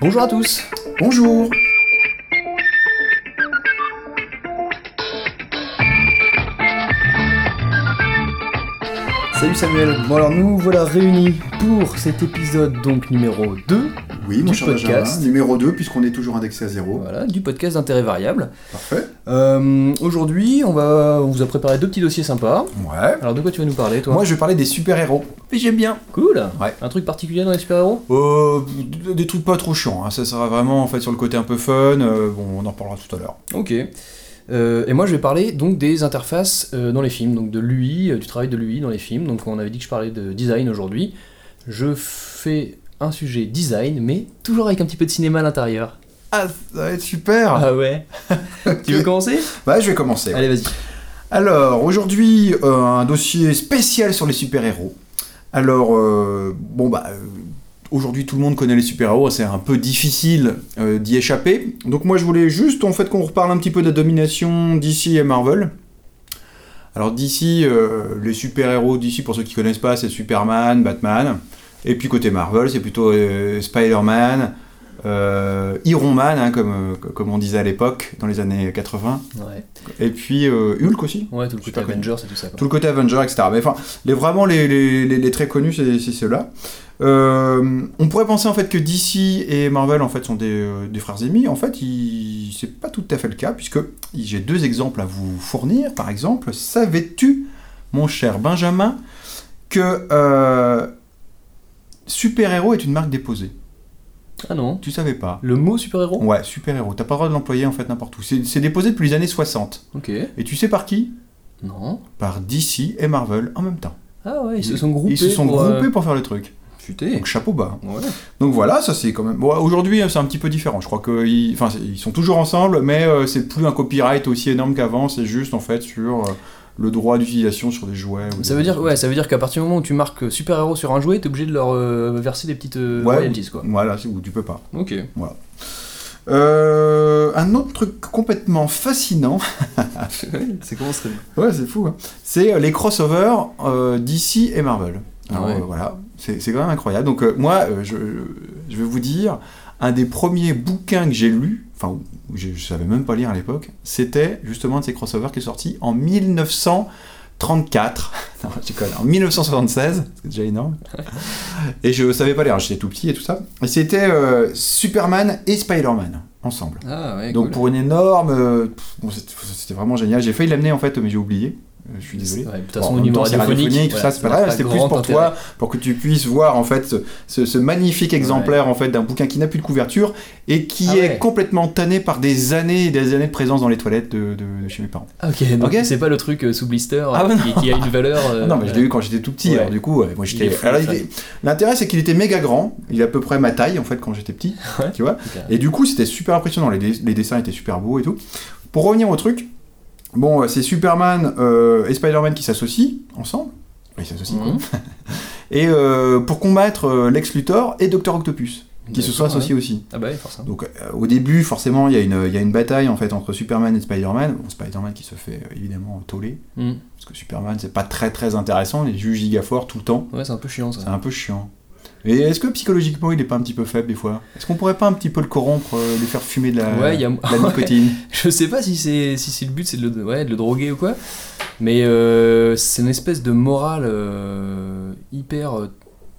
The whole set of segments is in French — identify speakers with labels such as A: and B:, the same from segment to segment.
A: Bonjour à tous
B: Bonjour
A: Salut Samuel Bon alors nous voilà réunis pour cet épisode donc numéro 2
B: Oui, mon
A: Du
B: cher
A: podcast.
B: Benjamin, numéro 2, puisqu'on est toujours indexé à 0.
A: voilà, du podcast d'intérêt variable.
B: Parfait.
A: Euh, Aujourd'hui on va on vous a préparé deux petits dossiers sympas.
B: Ouais.
A: Alors de quoi tu vas nous parler toi
B: Moi, je vais parler des super-héros. Et j'aime bien.
A: Cool
B: Ouais.
A: Un truc particulier dans les super-héros
B: Euh, des trucs pas trop chiants, hein. ça sera vraiment en fait sur le côté un peu fun. euh, bon, on en reparlera tout à l'heure.
A: Ok. Euh, et moi je vais parler donc des interfaces euh, dans les films, donc de l'UI, euh, du travail de l'UI dans les films. Donc on avait dit que je parlais de design aujourd'hui. Je fais un sujet design, mais toujours avec un petit peu de cinéma à l'intérieur.
B: Ah, ça va être super
A: Ah ouais Tu veux commencer
B: Bah, je vais commencer.
A: Allez vas-y.
B: Alors, aujourd'hui, euh, un dossier spécial sur les super-héros. Alors, euh, bon, bah, euh, aujourd'hui, tout le monde connaît les super-héros, hein, c'est un peu difficile euh, d'y échapper. Donc, moi, je voulais juste, en fait, qu'on reparle un petit peu de la domination DC et Marvel. Alors, DC, euh, les super-héros DC, pour ceux qui connaissent pas, c'est Superman, Batman. Et puis, côté Marvel, c'est plutôt euh, Spider-Man, euh, Iron Man, hein, comme, euh, comme on disait à l'époque, dans les années 80.
A: Ouais,
B: Et puis, euh, Hulk aussi.
A: ouais tout le côté
B: Super connu.
A: Avengers et tout ça. quoi.
B: Tout le côté Avenger, etc. Mais enfin, les, vraiment, les, les, les- les très connus, c'est c'est ceux-là. Euh, on pourrait penser en fait que DC et Marvel en fait sont des, euh, des frères ennemis. En fait, il- c'est pas tout à fait le cas puisque j'ai deux exemples à vous fournir. Par exemple, savais-tu, mon cher Benjamin, que euh, Super Héros est une marque déposée
A: Ah non
B: Tu savais pas
A: Le mot super-héros
B: Ouais, Super Héros. T'as pas le droit de l'employer en fait n'importe où. C'est c'est déposé depuis les années 60.
A: Ok.
B: Et tu sais par qui
A: Non.
B: Par DC et Marvel en même temps.
A: Ah ouais, ils se sont groupés.
B: Ils se sont
A: pour, euh,
B: groupés pour faire le truc.
A: Putain.
B: Donc chapeau bas.
A: Ouais.
B: Donc voilà, ça c'est quand même. Bon, aujourd'hui hein, c'est un petit peu différent. Je crois que ils... Enfin, c'est- ils sont toujours ensemble, mais euh, c'est plus un copyright aussi énorme qu'avant. C'est juste en fait sur euh, le droit d'utilisation sur des jouets. ou
A: Ça
B: des-
A: veut dire, ouais, ça veut dire qu'à partir du moment où tu marques super-héros sur un jouet, t'es obligé de leur euh, verser des petites euh,
B: Ouais.
A: royalties quoi.
B: Voilà, c'est où tu peux pas.
A: Ok.
B: Euh, un autre truc complètement fascinant,
A: c'est comment serait
B: ouais c'est fou, hein, c'est euh, les crossovers euh, DC et Marvel. Alors,
A: Ah ouais.
B: euh, voilà, c'est c'est quand même incroyable. Donc euh, moi, euh, je, je vais vous dire, un des premiers bouquins que j'ai lu, enfin où je, je savais même pas lire à l'époque, c'était justement un de ces crossovers qui est sorti en 1934. Non, je déconne, en 1976, c'est déjà énorme. Et je savais pas lire, j'étais tout petit et tout ça. Et c'était euh, Superman et Spider-Man ensemble.
A: Ah ouais,
B: Donc
A: cool.
B: pour une énorme, euh, pff, bon, c'était c'était vraiment génial. J'ai failli l'amener en fait, mais j'ai oublié. Euh, Je suis désolé.
A: Ouais, de toute
B: Bon, en
A: façon, au
B: même
A: niveau
B: temps, c'est
A: radiophonique,
B: radiophonique, tout
A: voilà,
B: ça, c'est pas
A: n'a
B: grave. C'était plus
A: grand
B: pour
A: intérêt.
B: toi, pour que tu puisses voir en fait ce, ce- ce magnifique exemplaire en fait d'un bouquin qui n'a plus de couverture et qui
A: Ah
B: est
A: ouais.
B: complètement tanné par des années et des années de présence dans les toilettes de, de- de chez mes parents.
A: Ah, ok, donc
B: Ok.
A: c'est pas le truc euh, sous blister
B: Ah ouais,
A: euh, qui, qui a une valeur. euh,
B: non, mais je l'ai eu quand j'étais tout petit.
A: ouais.
B: Alors du coup, ouais, moi
A: Il est
B: j'étais.
A: fou,
B: alors,
A: le
B: il
A: fan.
B: était- L'intérêt, c'est qu'il était méga grand. Il est à peu près ma taille en fait quand j'étais petit.
A: Ouais.
B: Tu vois.
A: Ok.
B: Et du coup, c'était super impressionnant. Les, dess- les dessins étaient super beaux et tout. Pour revenir au truc, bon, euh, c'est Superman euh, et Spider-Man qui s'associent ensemble. Ils s'associent quoi.
A: Mhm.
B: Et euh, pour combattre euh, Lex Luthor et Docteur Octopus, qui se sont
A: D'accord,
B: associés aussi.
A: ouais. Ah bah ouais, forcément.
B: Donc euh, au début, forcément, il y, a une- il y a une bataille en fait entre Superman et Spider-Man. Bon, Spider-Man qui se fait euh, évidemment toller,
A: Mm.
B: parce que Superman c'est pas très très intéressant, il est juste giga fort tout le temps.
A: Ouais, c'est un peu chiant ça.
B: C'est un peu chiant. Et est-ce que psychologiquement il est pas un petit peu faible des fois Est-ce qu'on pourrait pas un petit peu le corrompre, euh, lui faire fumer de la,
A: Ouais, il y a-
B: de la nicotine
A: Je sais pas si c'est si c'est le but, c'est de, le- ouais, de le droguer ou quoi, mais euh, c'est une espèce de morale euh, hyper euh,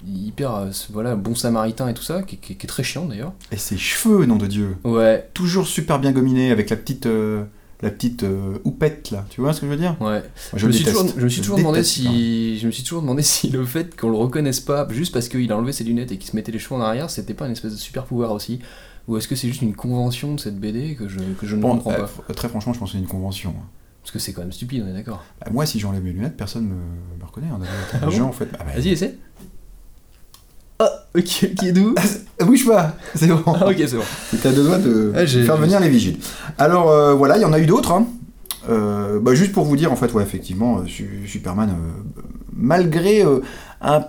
A: hyper euh, ce- voilà bon samaritain et tout ça qui, qui- qui est très chiant d'ailleurs.
B: Et ses cheveux, nom de Dieu
A: Ouais,
B: Toujours super bien gominés avec la petite. euh, La petite euh, houppette là, tu vois ce que je veux dire
A: ouais.
B: Moi,
A: Je,
B: le
A: me suis
B: déteste.
A: toujours, je me suis
B: le
A: toujours demandé
B: déteste, Superman.
A: si je me suis toujours demandé si le fait qu'on le reconnaisse pas juste parce qu'il a enlevé ses lunettes et qu'il se mettait les cheveux en arrière, c'était pas une espèce de super pouvoir aussi. Ou est-ce que c'est juste une convention de cette BD que je, que je ne
B: Bon,
A: comprends
B: euh,
A: pas
B: fr- Très franchement, je pense que c'est une convention. hein.
A: Parce que c'est quand même stupide, on est d'accord.
B: Bah, moi, si j'enlève mes lunettes, personne me, me reconnaît. hein, d'ailleurs.
A: Ah
B: les
A: bon
B: gens, en fait. ah bah,
A: Vas-y, essaie. Ah, ok, qui est doux
B: euh, bouge pas C'est bon.
A: Ah, ok, c'est bon.
B: T'as deux doigts de
A: Ah, j'ai-
B: faire
A: j'ai-
B: venir les vigiles. Alors, euh, voilà, il y en a eu d'autres. hein. Euh, bah, juste pour vous dire, en fait, ouais, effectivement, euh, Su- Superman, euh, euh, malgré euh, un, un-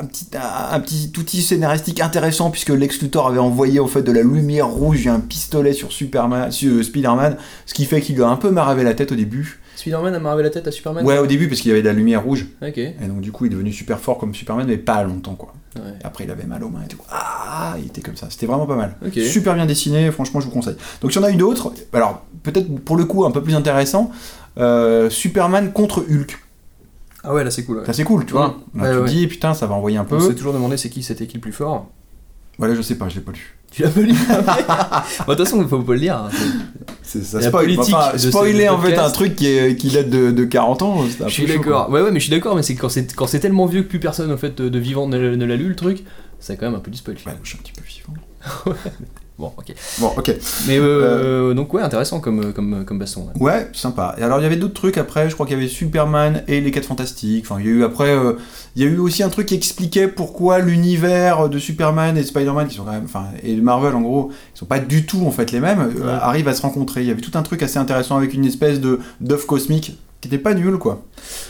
B: un petit, un, un petit outil scénaristique intéressant, puisque Lex Luthor avait envoyé en fait de la lumière rouge et un pistolet sur Superman, sur euh, Spider-Man, ce qui fait qu'il lui a un peu maravé la tête au début.
A: Spider-Man a marvé la tête à Superman
B: Ouais, au début, parce qu'il y avait de la lumière rouge.
A: Ok.
B: Et donc, du coup, il est devenu super fort comme Superman, mais pas longtemps, quoi.
A: Ouais.
B: Et après, il avait mal aux mains et tout. Ah, il était comme ça. C'était vraiment pas mal.
A: Ok.
B: Super bien dessiné, franchement, je vous conseille. Donc, il y en a eu d'autres. Alors, peut-être pour le coup, un peu plus intéressant. euh, Superman contre Hulk.
A: Ah ouais, là c'est cool. ouais.
B: Ça, c'est cool, tu
A: Ouais.
B: vois. Là,
A: Ouais,
B: tu
A: ouais.
B: dis, putain, ça va envoyer un
A: On s'est
B: peu.
A: toujours demandé c'est qui c'était qui le plus fort.
B: Voilà, je sais pas, je l'ai pas lu.
A: Tu l'as pas lu Bah, De toute façon, faut pas le dire. hein,
B: C'est ça.
A: La politique
B: enfin,
A: de ce
B: spoiler en fait
A: podcast.
B: un truc qui, est- qui date de, de 40 ans. c'est un
A: Je suis
B: peu chaud,
A: d'accord. Ouais, ouais, mais je suis d'accord, mais c'est quand c'est quand c'est tellement vieux que plus personne en fait de, de vivant ne, ne l'a lu le truc, c'est quand même un peu du spoil.
B: quoi. Ouais, je suis un petit peu vivant.
A: Bon, ok.
B: Bon, ok.
A: Mais euh, donc ouais, intéressant comme comme comme baston. ouais.
B: Ouais, sympa. Et alors il y avait d'autres trucs après, je crois qu'il y avait Superman et les 4 Fantastiques. Enfin, il y a eu après, euh, il y a eu aussi un truc qui expliquait pourquoi l'univers de Superman et de Spider-Man, qui sont quand même, enfin, et de Marvel en gros, qui sont pas du tout en fait les mêmes, euh,
A: Ouais.
B: arrivent à se rencontrer. Il y avait tout un truc assez intéressant avec une espèce de d'œuf cosmique qui était pas nul quoi.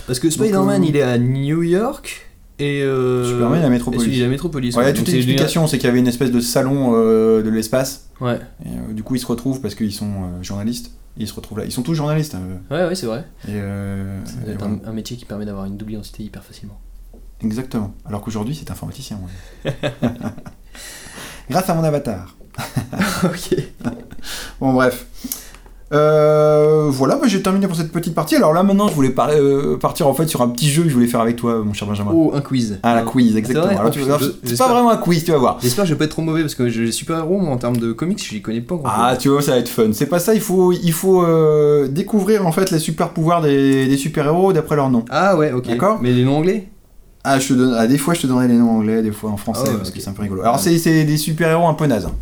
A: Parce que
B: Donc,
A: Spider-Man,
B: euh,
A: il est à New York et euh,
B: Superman est à Metropolis.
A: et celui- Il est à Metropolis.
B: Ouais, il y a
A: ouais.
B: toute
A: Donc,
B: une
A: c'est-
B: explication, c'est qu'il y avait une espèce de salon euh, de l'espace.
A: Ouais,
B: Et, euh, du coup, ils se retrouvent parce qu'ils sont euh, journalistes. Et ils se retrouvent là. Ils sont tous journalistes. hein,
A: ouais, ouais, c'est vrai.
B: euh. Et, euh,
A: Ça doit
B: et
A: être
B: voilà.
A: un, un métier qui permet d'avoir une double identité hyper facilement.
B: Exactement. Alors qu'aujourd'hui, c'est informaticien. ouais. Grâce à mon avatar.
A: ok.
B: Bon, bref. Euh, voilà, bah, j'ai terminé pour cette petite partie. Alors là, maintenant, je voulais par- euh, partir en fait sur un petit jeu que je voulais faire avec toi, mon cher Benjamin.
A: Oh, un quiz.
B: Ah, la quiz, exactement.
A: vrai
B: Alors, tu-
A: Oh,
B: alors,
A: je-
B: c'est
A: j'espère.
B: pas vraiment un quiz, tu vas voir.
A: J'espère que je vais pas être trop mauvais parce que je- les super-héros, moi, en termes de comics, je les connais pas grand
B: Ah, tu vois, ça va être fun. C'est pas ça, il faut, il faut euh, découvrir en fait les super pouvoirs des, des super-héros d'après leur nom.
A: Ah ouais, ok.
B: D'accord.
A: Mais les noms anglais
B: Ah, je te donne, ah, des fois je te donnerai les noms anglais, des fois en français,
A: Ah ouais,
B: parce
A: ok.
B: que c'est un peu rigolo. Alors, c'est c'est des super-héros un peu nazes. hein.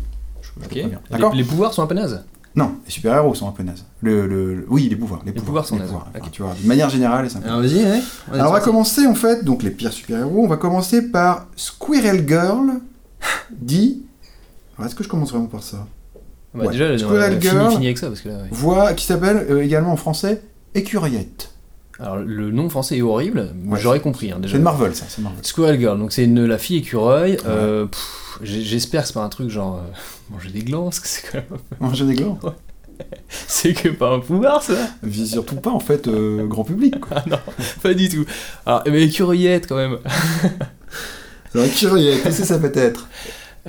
B: Je- je te
A: Les,
B: préviens. D'accord
A: les pouvoirs sont un peu nazes.
B: Non, les super-héros sont un peu nazes. Le, le- le- oui, les pouvoirs. Les,
A: pouvoirs sont
B: les
A: nazes,
B: pouvoirs.
A: ok.
B: Enfin, tu vois, de manière générale, c'est un peu-
A: Alors vas-y, ouais.
B: Alors, on va commencer en fait, donc les pires super-héros, on va commencer par Squirrel Girl, dit... Alors, est-ce que je commence vraiment par ça
A: Bah,
B: Ouais.
A: Déjà, on
B: Squirrel
A: va-
B: Girl.
A: fini, fini avec ça parce que là. ouais.
B: Voix qui s'appelle euh, également en français Écuriette.
A: Alors le nom français est horrible, mais
B: Ouais.
A: j'aurais compris hein, déjà.
B: C'est de Marvel, ça, c'est Marvel.
A: Squirrel Girl, donc c'est une la fille écureuil. euh, pff, j'ai- J'espère que c'est pas un truc genre euh, manger des glands, parce que c'est quand même.
B: Manger des glands
A: C'est que pas un pouvoir ça
B: Vise surtout pas, en fait, euh, grand public. Quoi.
A: Ah non, pas du tout. Alors, mais écureuillette quand même.
B: Alors, Écuriette, qu'est-ce que ça peut être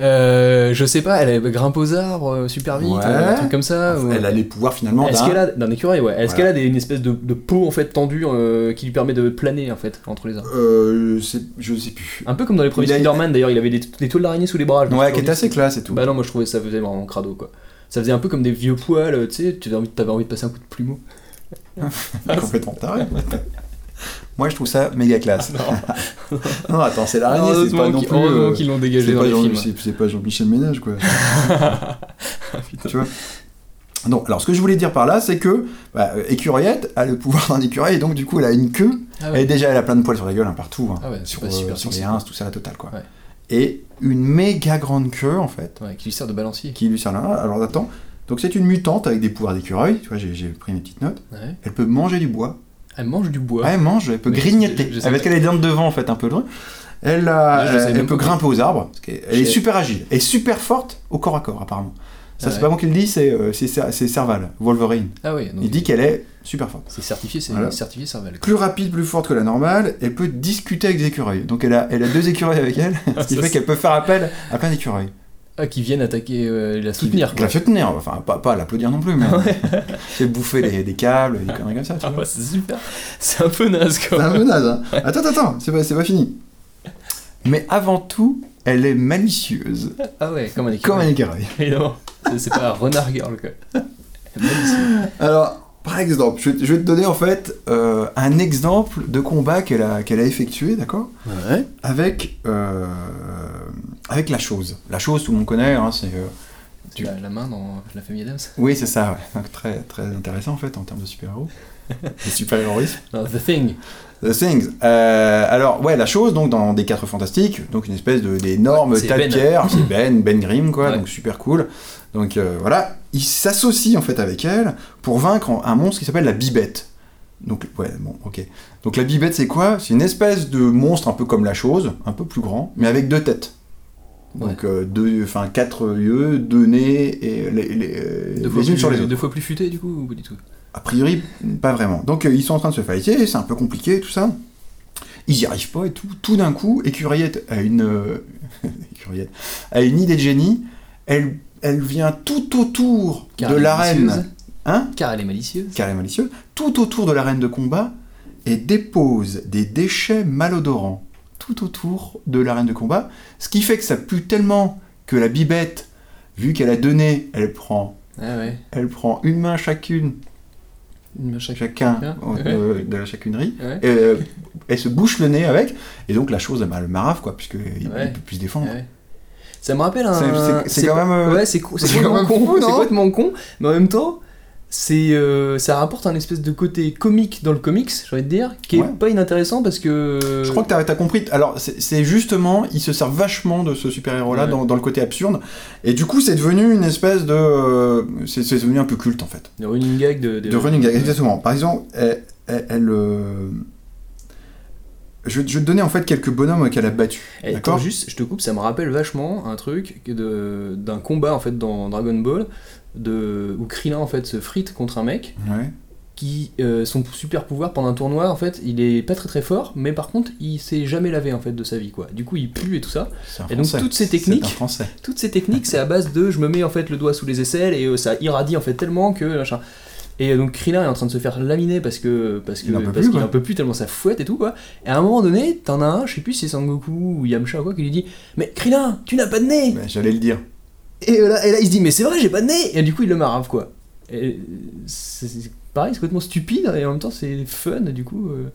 A: Euh, je sais pas, elle grimpe aux arbres euh, super vite,
B: Ouais.
A: euh, un truc comme ça. ou-
B: Elle a hein. les pouvoirs finalement
A: Est-ce
B: d'un-
A: qu'elle a d'un écureuil, ouais. Est-ce
B: Voilà.
A: qu'elle a des- une espèce de, de peau en fait tendue euh, qui lui permet de planer en fait entre les arbres
B: Euh, je sais- je sais plus.
A: Un peu comme dans les premiers
B: Il a-
A: Spider-Man d'ailleurs, il avait des, des toiles d'araignée sous les bras. je me suis
B: Ouais, qui
A: toujours
B: est
A: dit,
B: assez classe et tout.
A: Bah non, moi je trouvais ça faisait vraiment crado quoi. Ça faisait un peu comme des vieux poils, euh, tu sais, tu avais envie, t'avais envie de passer un coup de plumeau.
B: complètement taré. Moi, je trouve ça méga classe. non. attends, c'est l'araignée, c'est pas Ah, non
A: qu'ils-
B: plus.
A: Ah, heureusement
B: euh,
A: qu'ils l'ont
B: c'est
A: dégagé dans
B: pas
A: les
B: Jean-
A: films.
B: c'est- c'est pas Jean-Michel Ménage, quoi.
A: Putain.
B: tu vois Non, alors ce que je voulais dire par là, c'est que bah, euh, Écuriette a le pouvoir d'un écureuil, et donc du coup, elle a une queue
A: Ah
B: Et
A: ouais.
B: déjà, elle a plein de poils sur la gueule hein, partout, hein.
A: Ah ouais, c'est
B: sur,
A: pas
B: euh,
A: super
B: sur
A: sexy,
B: les reins, tout ça, la totale quoi.
A: Ouais.
B: Et une méga grande queue en fait,
A: Ouais, qui lui sert de balancier.
B: qui lui sert là. Alors attends, donc c'est une mutante avec des pouvoirs d'écureuil, tu vois, j'ai j'ai pris mes petites notes.
A: Ouais.
B: Elle peut manger du bois,
A: Elle mange du bois.
B: Ouais, elle mange, elle peut
A: Mais
B: grignoter,
A: je- je sais
B: avec
A: pas.
B: elle est dents de devant en fait, un peu loin. Elle, a-
A: Je- je sais
B: elle
A: même
B: peut
A: pas.
B: grimper aux arbres, parce qu'elle- elle
A: Je-
B: est super agile, et super forte au corps à corps apparemment. Ça,
A: Ah
B: c'est
A: ouais.
B: pas moi qui le dis, c'est euh, c'est Cer- c'est Serval, Wolverine.
A: Ah ouais, donc
B: Il dit qu'elle est super forte.
A: c'est certifié, c'est
B: Voilà.
A: certifié cervelle.
B: plus rapide, plus forte que la normale, elle peut discuter avec des écureuils. Donc elle a, elle a deux écureuils avec elle, ce qui
A: Ça,
B: fait
A: c'est-
B: qu'elle peut faire appel à plein d'écureuils.
A: Ah, qui viennent attaquer euh, et la soutenir quoi.
B: La soutenir, enfin pas, pas l'applaudir non plus, mais c'est bouffer les- des câbles, des conneries comme ça. tu
A: Ah
B: vois.
A: ouais, c'est super. C'est un peu naze quand
B: C'est un
A: même.
B: peu naze, hein. Attends, attends, attends, c'est pas, c'est pas fini. Mais avant tout, elle est malicieuse,
A: Ah ouais, comme un écureuil.
B: comme un écureuil.
A: Évidemment. C'est- C'est pas un renard girl quoi. Même si-
B: Alors, par exemple, je, vais- je vais te donner en fait euh, un exemple de combat qu'elle a, qu'elle a effectué, d'accord
A: Ouais.
B: avec, euh, avec la chose. La chose, tout le monde connaît, hein, c'est... euh,
A: Tu as la main dans la famille Adams
B: Oui, c'est ça, ouais. Donc, très, très intéressant en fait en termes de super-héros. Le super-héroïsme.
A: Non, The Thing.
B: The Things. Euh, alors, ouais, la chose, donc dans des 4 fantastiques, donc une espèce de- d'énorme
A: Ouais, c'est
B: tas
A: Ben.
B: de pierres, c'est Ben, Ben Grimm, quoi,
A: Ouais.
B: donc super cool. Donc euh, voilà, il s'associe en fait avec elle pour vaincre un monstre qui s'appelle la Bibette. Donc, ouais, bon, ok. Donc la Bibette, c'est quoi C'est une espèce de monstre un peu comme la chose, un peu plus grand, mais avec deux têtes. Donc, euh, deux, enfin, quatre yeux, deux nez, et les, les- les unes sur les autres.
A: euh, Deux fois plus futé du coup ou pas du tout
B: A priori, pas vraiment. Donc euh, ils sont en train de se fighter, c'est un peu compliqué, tout ça. Ils n'y arrivent pas et tout. Tout d'un coup, Écuriette a une, euh, Écuriette a une idée de génie. Elle, elle vient tout autour
A: Car
B: de
A: elle est
B: l'arène.
A: malicieuse.
B: Hein
A: Car elle est malicieuse.
B: Car elle est malicieuse. Tout autour de l'arène de combat et dépose des déchets malodorants. Tout autour de l'arène de combat. Ce qui fait que ça pue tellement que la bibette, vu qu'elle a donné, elle prend,
A: Ah ouais.
B: elle prend une main chacune
A: Une main chacun.
B: chacun
A: Ouais.
B: euh, de la chacunerie.
A: Ah Ouais.
B: Et, euh, elle se bouche le nez avec, et donc la chose, bah, le marave, quoi, puisque il-
A: Ouais.
B: il peut plus se défendre.
A: Ah Ouais. Ça me rappelle
B: C'est-
A: un.
B: c'est- C'est quand même. euh,
A: Ouais, c'est co- c'est
B: c'est quand
A: complètement
B: même
A: con,
B: fou,
A: c'est
B: non
A: complètement con, mais en même temps, c'est euh, ça rapporte un espèce de côté comique dans le comics, j'ai envie de dire, qui est
B: Ouais.
A: pas inintéressant parce que.
B: Je crois que t'as as compris. Alors, c'est c'est justement, ils se servent vachement de ce super-héros-là
A: Ouais.
B: dans, dans le côté absurde. Et du coup, c'est devenu une espèce de. euh, c'est c'est devenu un peu culte, en fait.
A: De running gag de. Euh,
B: De running gag, exactement. Par exemple, elle. elle- elle, euh, Je, vais te- je vais te donner en fait quelques bonhommes qu'elle a battus.
A: Eh, attends,
B: D'accord.
A: juste, je te coupe, ça me rappelle vachement un truc que de- d'un combat en fait dans Dragon Ball de, où Krillin en fait se frite contre un mec
B: Ouais.
A: qui euh, son super pouvoir pendant un tournoi en fait il est pas très très fort mais par contre il s'est jamais lavé en fait de sa vie quoi du coup il pue et tout ça
B: C'est un
A: Et donc,
B: Français.
A: toutes ces
B: C'est un
A: techniques-
B: Français.
A: toutes ces techniques c'est à base de je me mets en fait le doigt sous les aisselles et euh, ça irradie en fait tellement que machin et euh, donc Krillin est en train de se faire laminer parce que parce que
B: Il en peut
A: parce
B: plus,
A: qu'il
B: quoi.
A: en peut plus tellement ça fouette et tout quoi et à un moment donné t'en as un je sais plus si c'est Sangoku ou Yamcha ou quoi qui lui dit mais Krillin tu n'as pas de nez
B: Bah, J'allais le dire.
A: et, euh, là, et là, il se dit, mais c'est vrai, j'ai pas de nez Et du coup, il le marave, quoi. Et, euh, c'est c'est pareil, c'est complètement stupide, et en même temps, c'est fun, du coup. euh,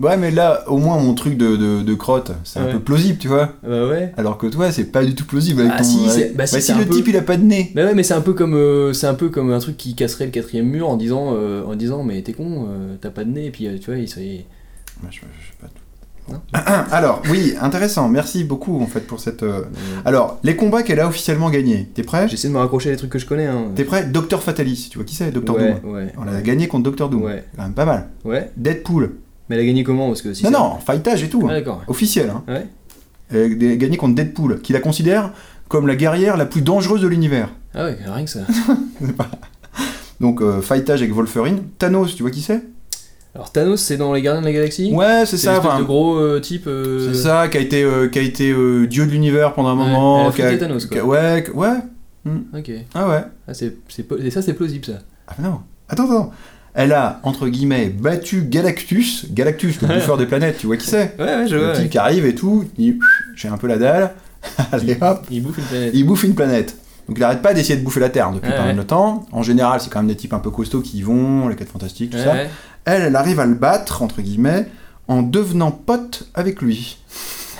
B: Ouais, mais là, au moins, mon truc de, de, de crotte, c'est
A: Ouais.
B: un peu plausible, tu vois.
A: Bah ouais.
B: Alors que toi, c'est pas du tout plausible avec
A: Ah
B: ton-
A: si, c'est-
B: avec-
A: bah si,
B: Bah
A: c'est un
B: le
A: peu-
B: type, il a pas de nez.
A: Bah ouais, mais c'est un peu comme euh, c'est un peu comme un truc qui casserait le quatrième mur en disant euh, en disant mais t'es con euh, t'as pas de nez et puis euh, tu vois il serait
B: Bah, je- je sais pas tout.
A: Non.
B: Ah, Alors, oui, intéressant. Merci beaucoup, en fait, pour cette... euh, Alors, les combats qu'elle a officiellement gagnés. T'es prêt
A: j'essaie de me raccrocher à des trucs que je connais hein
B: T'es prêt Docteur Fatalis. Tu vois qui c'est, Docteur
A: ouais,
B: Doom
A: ouais
B: On l'a gagné contre Docteur Doom.
A: ouais
B: Quand même pas mal.
A: ouais
B: Deadpool.
A: mais elle a gagné comment parce que si
B: non,
A: ça-
B: non, fightage et tout.
A: ah, d'accord
B: Officiel, hein.
A: ouais
B: Euh, des- Gagné contre Deadpool, qui la considère comme la guerrière la plus dangereuse de l'univers.
A: ah ouais rien que ça
B: Donc, euh, fightage avec Wolverine. Thanos, tu vois qui c'est
A: alors Thanos c'est dans les Gardiens de la Galaxie
B: Ouais, c'est
A: c'est
B: ça.
A: l'espèce
B: enfin,
A: de gros euh, type euh,
B: C'est ça, qui a été, euh, qui a été euh, dieu de l'univers pendant un
A: Ouais, elle
B: moment.
A: a
B: qui
A: foutu Thanos, quoi.
B: qui a- ouais, qui- ouais.
A: ok
B: Ah ouais.
A: Ah, c'est, c'est po- et ça, c'est plausible, ça.
B: Ah mais non. Attends, attends. Elle a, entre guillemets, battu Galactus. Galactus, le bouffeur des planètes, tu vois qui c'est
A: Ouais, ouais, je
B: Le type qui arrive et tout, il dit, j'ai un peu la dalle. Allez hop.
A: Il bouffe une planète.
B: Il bouffe une planète. Donc il arrête pas d'essayer de bouffer la Terre depuis
A: Ouais,
B: pas mal
A: ouais.
B: de temps. En général, c'est quand même des types un peu costauds qui y vont, les 4 fantastiques, tout
A: Ouais,
B: ça.
A: ouais.
B: Elle, elle arrive à le battre, entre guillemets, en devenant pote avec lui.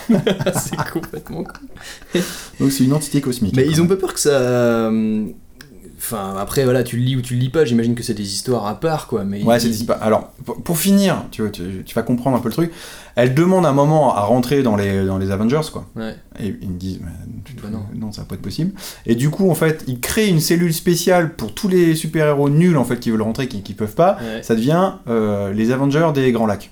A: c'est complètement con.
B: Donc c'est une entité cosmique.
A: Mais
B: quand
A: ils ont pas peur que ça. euh, Enfin, après, voilà, tu le lis ou tu le lis pas, j'imagine que c'est des histoires à part, quoi. Mais
B: Ouais,
A: ils-
B: c'est dis pas. Alors, pour, pour finir, tu, vois, tu, tu vas comprendre un peu le truc. Elle demande un moment à rentrer dans les, dans les Avengers, quoi.
A: Ouais.
B: Et ils me disent, bah, du
A: Bah
B: tout,
A: non.
B: non. ça va pas être possible. Et du coup, en fait, ils créent une cellule spéciale pour tous les super-héros nuls, en fait, qui veulent rentrer, qui, qui peuvent pas.
A: Ouais.
B: Ça devient euh, les Avengers des Grands Lacs.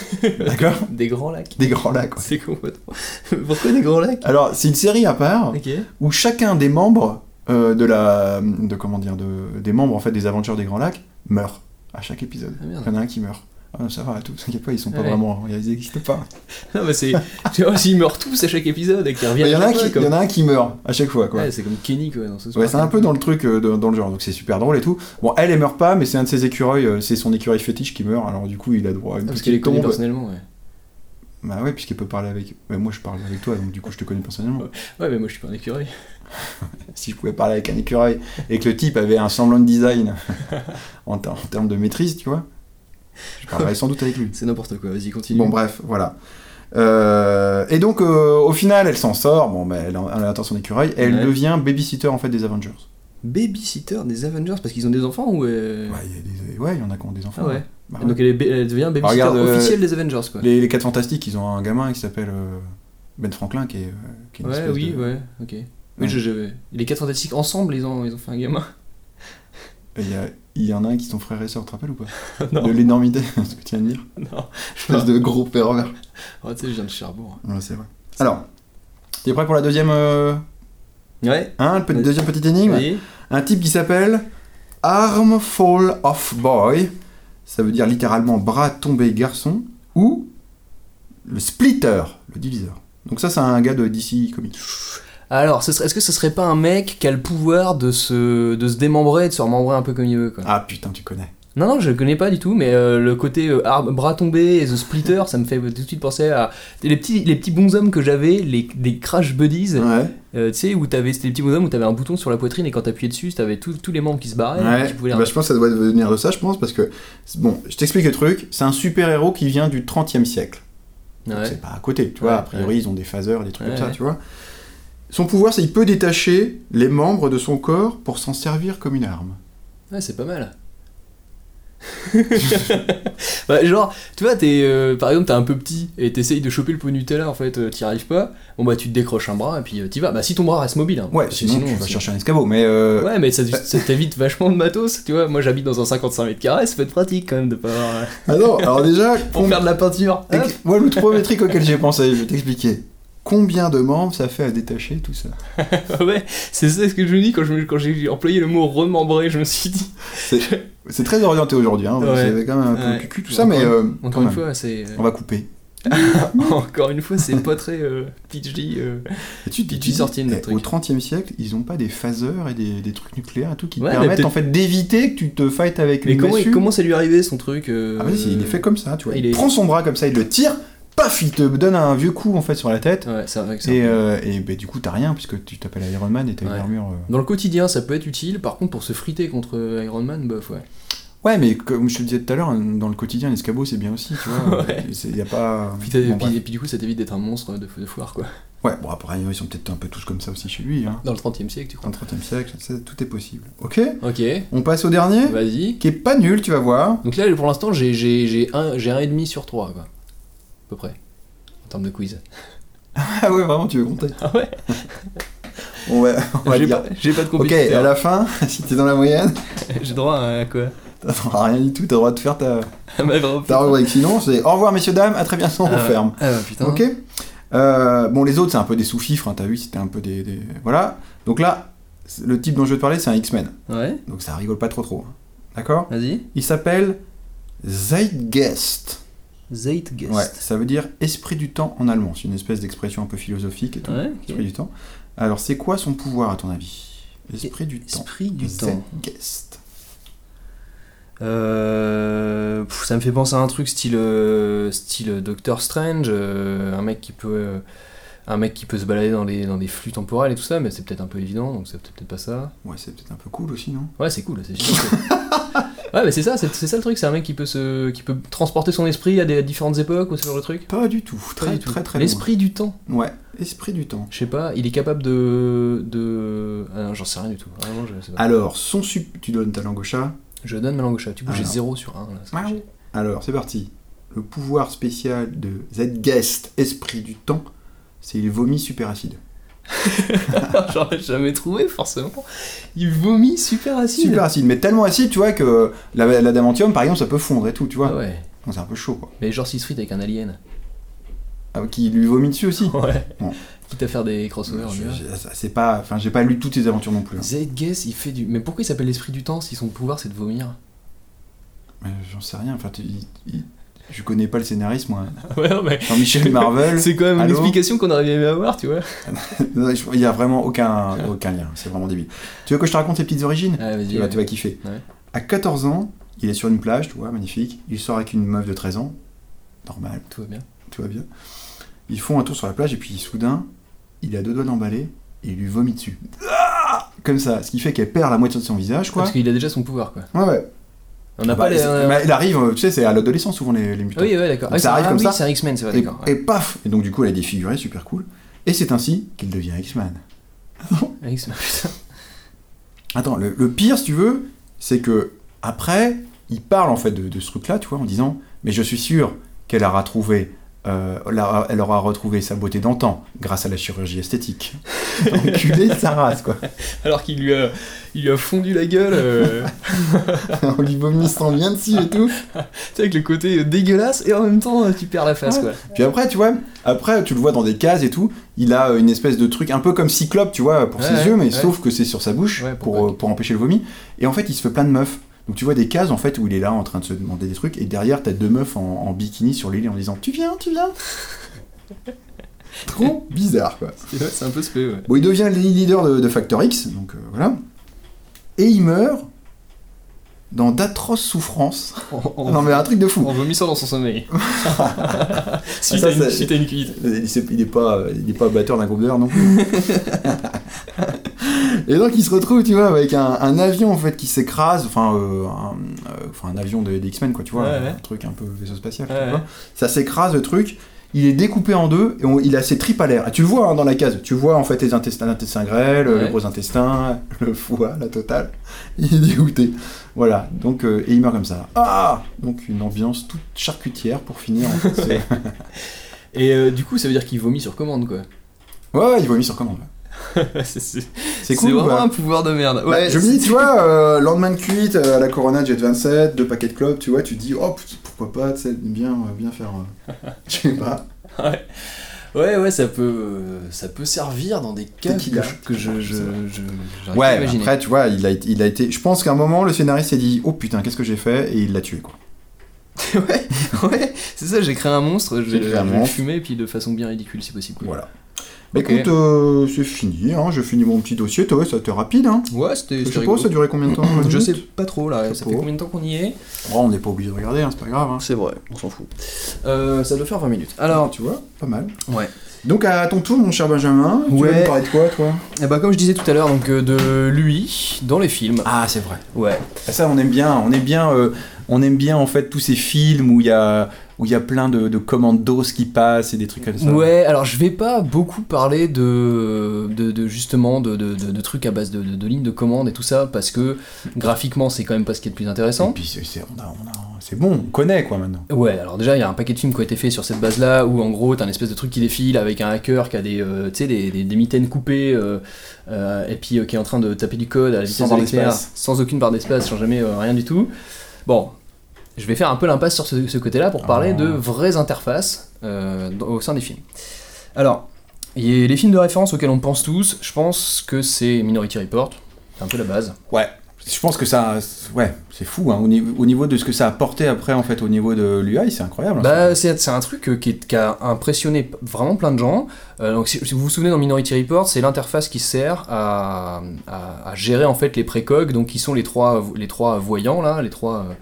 B: D'accord
A: Des grands lacs.
B: Des Grands Lacs, quoi.
A: C'est complètement. Pourquoi des grands lacs
B: Alors, c'est une série à part
A: Ok.
B: où chacun des membres euh, de la. de comment dire de, Des membres, en fait, des Avengers des Grands Lacs meurt à chaque épisode.
A: Ah, merde.
B: Il y en a un qui meurt. Ah non, ça va, tout, t'inquiète pas, ils sont pas
A: Ouais.
B: vraiment. Ils n'existent pas.
A: Non, mais c'est. Tu vois, s'ils meurent tous à chaque épisode et qu'ils
B: Il
A: reviennent
B: y, en a
A: à
B: un
A: chaque
B: qui,
A: fois,
B: il y en a un qui meurt à chaque fois, quoi.
A: hein. Ouais, c'est comme Kenny, quoi. Dans ce
B: Ouais, c'est un peu dans le truc, euh, dans, dans le genre, donc c'est super drôle et tout. Bon, elle, elle meurt pas, mais c'est un de ses écureuils, euh, c'est son écureuil fétiche qui meurt, alors du coup, il a droit à une
A: Parce
B: petite
A: qu'elle est connue
B: tombe.
A: personnellement, ouais.
B: Bah ouais, puisqu'il peut parler avec. Bah, moi, je parle avec toi, donc du coup, je te connais personnellement.
A: Ouais, mais moi, je suis pas un écureuil.
B: Si je pouvais parler avec un écureuil et que le type avait un semblant de design en, ter- en termes de maîtrise, tu vois, je parlerais sans doute avec lui.
A: C'est n'importe quoi, vas-y, continue.
B: Bon, bref, voilà. Euh, et donc, euh, au final, elle s'en sort. Bon, bah, elle, en- elle attend son écureuil. Et elle
A: Ouais.
B: devient babysitter en fait des Avengers.
A: Babysitter des Avengers, parce qu'ils ont des enfants ou. euh,
B: Ouais, il y, a des- ouais, il y en a qui ont des enfants.
A: Ah ouais.
B: Bah
A: Donc elle, est ba- elle devient babysitter
B: regarde, euh,
A: officielle des Avengers, quoi.
B: Les, les 4 Fantastiques, ils ont un gamin qui s'appelle euh, Ben Franklin, qui est, euh, qui est une
A: Ouais,
B: espèce
A: oui,
B: de-
A: ouais, ok.
B: Ouais.
A: Oui, je, je- Les 4 fantastiques ensemble, ils ont, ils ont fait un gamin.
B: Et Il y, a- il y en a un qui sont frères et sœurs, tu te rappelles ou pas
A: non,
B: De l'énormité, ce que tu viens de dire.
A: non.
B: Espèce de gros pervers.
A: Oh, tu sais, je viens de Cherbourg.
B: Ouais, c'est vrai. Alors, t'es prêt pour la deuxième, euh,
A: Ouais,
B: hein, le pe-
A: Vas-y.
B: deuxième petite énigme
A: oui.
B: Un type qui s'appelle Armful of Boy, ça veut dire littéralement bras tombé garçon, ou le splitter, le diviseur. Donc ça, c'est un gars de DC Comics.
A: Alors, ce serait- est-ce que ce serait pas un mec qui a le pouvoir de se, de se démembrer et de se remembrer un peu comme il veut quoi
B: Ah putain, tu connais.
A: Non, non, je le connais pas du tout, mais euh, le côté euh, arbre- bras tombé et The Splitter, ça me fait tout de suite penser à les petits, les petits bonshommes que j'avais, les, des Crash Buddies,
B: Ouais.
A: euh, tu sais, où t'avais c'était des petits bonshommes où t'avais un bouton sur la poitrine et quand t'appuyais dessus, t'avais tous tous les membres qui se barraient. et
B: Ouais.
A: tu pouvais les-
B: Bah, je pense que ça doit venir de ça, je pense, parce que bon, je t'explique le truc. C'est un super héros qui vient du 30e siècle. Donc,
A: Ouais.
B: C'est pas à côté, tu vois.
A: Ouais,
B: a priori, ils ont des phaseurs, des trucs
A: Ouais,
B: comme ça,
A: ouais.
B: tu vois. Son pouvoir, c'est qu'il peut détacher les membres de son corps pour s'en servir comme une arme.
A: Ouais, c'est pas mal. Bah, genre, tu vois, t'es, euh, par exemple, t'es un peu petit et t'essayes de choper le pot Nutella, en fait, euh, t'y arrives pas. Bon, bah, tu te décroches un bras et puis euh, t'y vas. Bah, si ton bras reste mobile. hein,
B: Ouais,
A: parce que
B: sinon, tu vas
A: c'est-
B: chercher un escabeau, mais euh,
A: Ouais, mais ça, ça t'évite vachement de matos, tu vois. Moi, j'habite dans un 55 mètres carrés, ça peut être pratique quand même de pas avoir. euh,
B: Ah non, alors déjà,
A: Pour
B: combi-
A: faire de la peinture.
B: Et que-
A: hop.
B: Moi, le premier truc auquel j'ai pensé, je vais t'expliquer. Combien de membres ça fait à détacher tout ça
A: Ah ouais, c'est ça ce que je me dis quand je me- quand j'ai employé le mot remembrer, je me suis dit.
B: C'est très orienté aujourd'hui, hein.
A: Ouais.
B: c'est quand même un peu
A: Ouais.
B: cucu tout ça, mais euh, quand
A: Encore une
B: même,
A: fois, c'est. euh,
B: on va couper.
A: Encore une fois, c'est pas très euh, PhD. euh.
B: Et tu,
A: Puis
B: tu
A: tu
B: dis,
A: sortis une
B: eh,
A: autre truc.
B: Au 30e siècle, ils ont pas des phaseurs et des, des trucs nucléaires et tout qui te
A: Ouais, mais
B: permettent
A: peut-être-
B: en fait d'éviter que tu te fightes avec
A: Mais
B: une
A: comment,
B: massue.
A: comment ça lui est arrivé son truc euh,
B: Ah vas-y, il est fait comme ça, tu vois. Il,
A: il est-
B: prend son bras comme ça, il le tire, paf, il te donne un vieux coup en fait sur la tête.
A: Ouais, c'est vrai que ça.
B: Et, euh, et, bah, du coup, t'as rien puisque tu t'appelles Iron Man et t'as une
A: Ouais.
B: armure. euh,
A: Dans le quotidien, ça peut être utile. Par contre, pour se friter contre euh, Iron Man, bof, ouais.
B: Ouais, mais comme je te le disais tout à l'heure, un- dans le quotidien, l'escabeau, c'est bien aussi, tu vois.
A: Ouais.
B: Il y a pas...
A: Puis t'as-
B: bon,
A: puis-
B: bref.
A: et puis du coup, ça t'évite d'être un monstre de, de foire, quoi.
B: Ouais, bon, après, ils sont peut-être un peu tous comme ça aussi chez lui, hein.
A: Dans le 30 e siècle, tu
B: Dans
A: crois.
B: le 30e siècle, c'est- tout est possible. Ok
A: Ok,
B: On passe au dernier,
A: vas-y.
B: qui est pas nul, tu vas voir.
A: Donc là, pour l'instant, j'ai j'ai j'ai un j'ai un et demi sur 3 quoi, à peu près, en termes de quiz.
B: Ah ouais, vraiment, tu veux compter
A: Ah ouais.
B: On va, on va
A: J'ai
B: dire...
A: pas, hein. j'ai pas de
B: Ok,
A: compétiteur.
B: à la fin, si t'es dans la moyenne,
A: J'ai droit à quoi
B: t'as rien du tout, t'as le droit de faire ta,
A: À ma vraie
B: ta rubrique. Sinon, c'est au revoir, messieurs, dames, à très bientôt, on
A: Ah ouais.
B: referme.
A: Ah bah, putain.
B: Ok Euh, Bon, les autres, c'est un peu des sous-fifres, hein, t'as vu, c'était un peu des, des- Voilà. Donc là, c'est- le type dont je vais te parler, c'est un X-Men.
A: Ouais.
B: Donc ça rigole pas trop trop. hein. D'accord
A: Vas-y.
B: Il s'appelle Zeitgeist.
A: Zeitgeist.
B: Ouais, ça veut dire esprit du temps en allemand. C'est une espèce d'expression un peu philosophique et tout.
A: Ouais, ok.
B: Esprit du temps. Alors c'est quoi son pouvoir à ton avis Esprit du temps.
A: Esprit du temps.
B: Zeitgeist.
A: Euh, pff, ça me fait penser à un truc style euh, style Doctor Strange, euh, un mec qui peut euh, un mec qui peut se balader dans les dans des flux temporels et tout ça, mais c'est peut-être un peu évident, donc c'est peut-être pas ça.
B: Ouais, c'est peut-être un peu cool aussi, non
A: Ouais, c'est cool, c'est chiant. ouais, mais c'est ça, c'est c'est ça le truc, c'est un mec qui peut se qui peut transporter son esprit à des à différentes époques ou ce genre de truc.
B: Pas du tout. Très
A: Pas du tout.
B: très très loin.
A: L'esprit du temps.
B: Ouais, esprit du temps.
A: Je sais pas, il est capable de de ah non, j'en sais rien du tout. Vraiment, je sais pas.
B: Alors, son sup... Tu donnes ta langue au chat.
A: Je donne ma langue au chat. Du coup, j'ai
B: Alors.
A: 0 sur 1
B: Ah
A: là. ça, j'ai-
B: Alors, c'est parti. Le pouvoir spécial de Zeitgeist, esprit du temps, c'est il vomit super acide.
A: J'aurais jamais trouvé forcément. Il vomit super acide.
B: Super acide, mais tellement acide, tu vois, que la- l'adamantium, par exemple, ça peut fondre et tout, tu vois.
A: Ah ouais.
B: Bon, c'est un peu chaud, quoi.
A: Mais genre Siegfried avec un alien.
B: Ah, qui lui vomit dessus aussi.
A: Ouais.
B: Bon.
A: Quitte à faire des crossovers.
B: Je-
A: lui, ouais.
B: je- ça- C'est pas... Enfin, j'ai pas lu toutes ses aventures non plus. hein.
A: Zeitgeist, il fait du. Mais pourquoi il s'appelle l'esprit du temps si son pouvoir c'est de vomir
B: Mais J'en sais rien, enfin, tu- il- il- je connais pas le scénariste, moi.
A: Ah Ouais, non, mais.
B: Jean-Michel Marvel,
A: C'est quand même une
B: Allô
A: explication qu'on aurait aimé avoir, tu vois.
B: non, je- il y a vraiment aucun, aucun lien, c'est vraiment débile. Tu veux que je te raconte ses petites origines
A: Ah, vas-y.
B: tu, vas, bah, tu vas kiffer.
A: Ouais.
B: À 14 ans, il est sur une plage, tu vois, magnifique. Il sort avec une meuf de 13 ans, normal.
A: Tout va bien.
B: tout va bien. Ils font un tour sur la plage et puis soudain, il a deux doigts d'emballer et il lui vomit dessus. Ah Comme ça, ce qui fait qu'elle perd la moitié de son visage, quoi.
A: Parce qu'il a déjà son pouvoir, quoi.
B: Ouais, ouais.
A: On n'a
B: Bah,
A: pas les.
B: c'est-
A: euh,
B: bah, il arrive, euh, tu sais, c'est à l'adolescence souvent les, les
A: Ah
B: mutants.
A: oui, ouais, d'accord.
B: Donc ça
A: c'est-
B: arrive comme
A: oui,
B: ça.
A: C'est un X-Men, c'est vrai,
B: et,
A: d'accord.
B: et paf Et donc du coup, elle est défigurée, super cool. Et c'est ainsi qu'il devient X-Man.
A: Ouais. X-Men, putain.
B: Attends, le, le pire, si tu veux, c'est que après, il parle en fait de, de ce truc-là, tu vois, en disant Mais je suis sûr qu'elle aura trouvé euh, la- elle aura retrouvé sa beauté d'antan grâce à la chirurgie esthétique. Enculé de sa race, quoi.
A: Alors qu'il lui a, il lui a fondu la gueule, euh,
B: On lui vomissant bien dessus et tout.
A: tu sais, avec le côté dégueulasse, et en même temps, euh, tu perds la face, quoi.
B: Puis après, tu vois, après, tu le vois dans des cases et tout, il a euh, une espèce de truc un peu comme Cyclope, tu vois, pour
A: Ouais,
B: ses
A: ouais,
B: yeux, mais
A: ouais.
B: sauf que c'est sur sa bouche
A: Ouais, pour
B: pour, euh, pour empêcher le vomi. Et en fait, il se fait plein de meufs. Donc tu vois des cases, en fait, où il est là en train de se demander des trucs, et derrière, t'as deux meufs en, en bikini sur l'île en disant « Tu viens, tu viens ?» Trop bizarre, quoi.
A: Ouais, C'est un peu spé, ouais.
B: Bon, il devient le leader de, de Factor X, donc euh, voilà. Et il meurt dans d'atroces souffrances.
A: En,
B: Ah non, mais un truc de fou.
A: vomissant dans son sommeil. si
B: ça,
A: t'as une,
B: c'est-
A: si t'as une cuite.
B: Il s'est- il est pas, il est pas batteur d'un groupe de non plus. Et donc il se retrouve, tu vois, avec un, un avion en fait qui s'écrase, enfin, euh, un, euh, enfin, un avion de- des X-Men quoi, tu vois,
A: Ouais,
B: un
A: ouais.
B: truc un peu vaisseau spatial.
A: Ouais,
B: tu vois.
A: ouais.
B: Ça s'écrase le truc. Il est découpé en deux et on- il a ses tripes à l'air. Et tu le vois hein, dans la case. Tu vois en fait les intestins, l'intestin grêle, le
A: Ouais.
B: gros intestin, le foie, la totale. Il est dégoûté. Voilà. Donc euh, et il meurt comme ça. Ah. Donc une ambiance toute charcutière pour finir. En fait, c'est-
A: Et euh, du coup, ça veut dire qu'il vomit sur commande, quoi.
B: Ouais, ouais, il vomit sur commande.
A: c'est c'est-
B: C'est
A: c'est
B: cool.
A: vraiment
B: quoi.
A: un pouvoir de merde.
B: Bah, je me dis, tu vois, euh, lendemain de cuite, euh, à la Corona Jet 27, deux paquets de clopes, tu vois, tu te dis, oh, put- pourquoi pas, tu sais, bien, euh, bien faire. euh, je sais pas.
A: Ouais, ouais, ça peut, euh, ça peut servir dans des cas
B: Tequila.
A: que je, que je, je, je- j'arrive pas à
B: Ouais,
A: imaginer.
B: après, tu vois, il a, été- il a été. Je pense qu'à un moment, le scénariste s'est dit, oh putain, qu'est-ce que j'ai fait, et il l'a tué, quoi.
A: ouais, ouais, c'est ça, j'ai créé un monstre, je
B: J'ai
A: je
B: créé un
A: vais le
B: monstre.
A: fumer, et puis de façon bien ridicule si possible. quoi.
B: Voilà. Bah,
A: Ok.
B: écoute, euh, c'est fini, hein, je finis mon petit dossier, toi, ouais, ça te rapide, hein.
A: Ouais, c'était
B: Je
A: c'était
B: sais pas, ça a
A: rigolo.
B: duré combien de temps vingt
A: Je
B: minutes
A: sais pas trop là,
B: Je sais
A: ça
B: pas.
A: fait combien de temps qu'on y est
B: Oh, on n'est pas obligé de regarder, hein, c'est pas grave. Hein. Ah,
A: C'est vrai, on s'en fout. Euh, ça doit faire 20 minutes. Alors,
B: tu vois, pas mal.
A: ouais.
B: Donc, à ton tour, mon cher Benjamin, tu
A: Ouais.
B: vas nous parler de quoi, toi
A: Et bah, comme je disais tout à l'heure, donc euh, de lui dans les films.
B: Ah, c'est vrai.
A: Ouais.
B: Ah, Ça, on aime bien. On aime bien, euh, on aime bien en fait tous ces films où il y a où il y a plein de, de commandos qui passent et des trucs comme ça.
A: Ouais, alors je vais pas beaucoup parler de, de, de- justement de, de- de- de trucs à base de, de- de lignes de commande et tout ça, parce que graphiquement c'est quand même pas ce qui est le plus
B: Et
A: intéressant.
B: puis c'est- c'est on a- on a- c'est bon, on connaît quoi maintenant.
A: Ouais, alors déjà il y a un paquet de films qui ont été faits sur cette base-là, où en gros t'as un espèce de truc qui défile avec un hacker qui a des, euh, tu sais, des, des, des mitaines coupées, euh, euh, et puis euh, qui est en train de taper du code à la
B: Sans
A: vitesse
B: barre
A: de l'éclair,
B: d'espace.
A: sans aucune barre d'espace, sans jamais euh, rien du tout. Bon, je vais faire un peu l'impasse sur ce, ce côté-là pour parler
B: Ah.
A: de vraies interfaces euh, dans- au sein des films. Alors, il y a les films de référence auxquels on pense tous, je pense que c'est Minority Report, c'est un peu la base.
B: Ouais. Je pense que ça, ouais, c'est fou. hein. Au, ni- au niveau de ce que ça a apporté après en fait au niveau de l'UI, c'est incroyable. hein,
A: Bah,
B: ça.
A: c'est c'est un truc euh, qui, est- qui a impressionné p- vraiment plein de gens. Euh, donc, si, si vous vous souvenez dans Minority Report, c'est l'interface qui sert à, à- à gérer en fait les précogs, donc qui sont les trois, les trois voyants là, les trois, euh,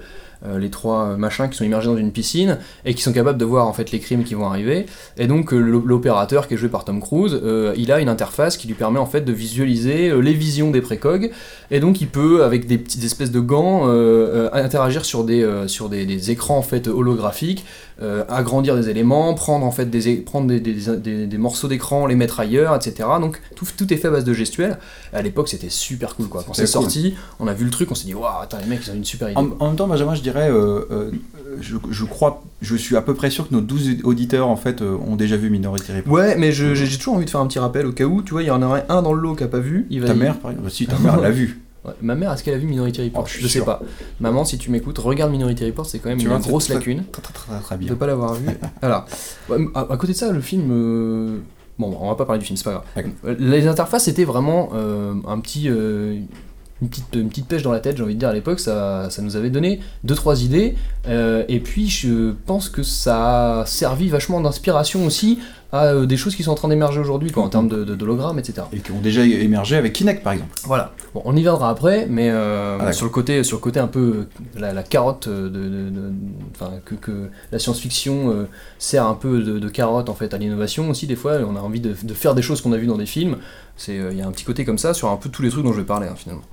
A: euh, les trois machins qui sont immergés dans une piscine et qui sont capables de voir en fait les crimes qui vont arriver. Et donc euh, l'op- l'opérateur qui est joué par Tom Cruise, euh, il a une interface qui lui permet en fait de visualiser euh, les visions des précogs et donc il peut avec des petites espèces de gants euh, euh, interagir sur des euh, sur des, des écrans en fait holographiques euh, agrandir des éléments, prendre en fait des, é- prendre des, des, des- des morceaux d'écran, les mettre ailleurs, etc. Donc tout, tout est fait à base de gestuelle. À l'époque, c'était super cool quoi. Quand c'est
B: C'était cool.
A: sorti, on a vu le truc, on s'est dit waouh, attends les mecs ils ont une super idée.
B: En, en même temps, Benjamin, je dirais, euh, euh, je, je crois, je suis à peu près sûr que nos 12 auditeurs en fait euh, ont déjà vu Minority Report.
A: Ouais, mais je- j'ai j'ai toujours envie de faire un petit rappel au cas où, tu vois, il y en aurait un dans le lot qui a pas vu. Il va
B: Ta
A: il-
B: mère, par exemple. Si ta mère l'a vu.
A: Ouais, ma mère, est-ce qu'elle a vu Minority Report
B: Oh, je suis
A: Je sais
B: sûr.
A: pas. Maman, si tu m'écoutes, regarde Minority Report, c'est quand même
B: Tu
A: une
B: vois, c'est-
A: grosse
B: c'est-
A: lacune.
B: Très très très, très
A: de
B: bien.
A: pas l'avoir vu. Alors, ouais, à, à côté de ça, le film. euh, Bon, on va pas parler du film, c'est pas grave.
B: D'accord.
A: Euh, Les interfaces étaient vraiment euh, un petit. euh, Une petite, une petite pêche dans la tête, j'ai envie de dire à l'époque, ça, ça nous avait donné deux trois idées, Euh, et puis je pense que ça a servi vachement d'inspiration aussi à euh, des choses qui sont en train d'émerger aujourd'hui, quoi, en termes de, de- d'hologrammes, etc.
B: Et qui ont déjà émergé avec Kinect par exemple.
A: Voilà. Bon, on y viendra après, mais euh,
B: d'accord.
A: sur le côté, sur le côté un peu euh, la, la carotte euh, de, de- de- enfin, que, que la science-fiction euh, sert un peu de, de carotte en fait à l'innovation aussi. Des fois, on a envie de, de faire des choses qu'on a vues dans des films. C'est, euh, il y a un petit côté comme ça sur un peu tous les trucs dont je vais parler hein, finalement.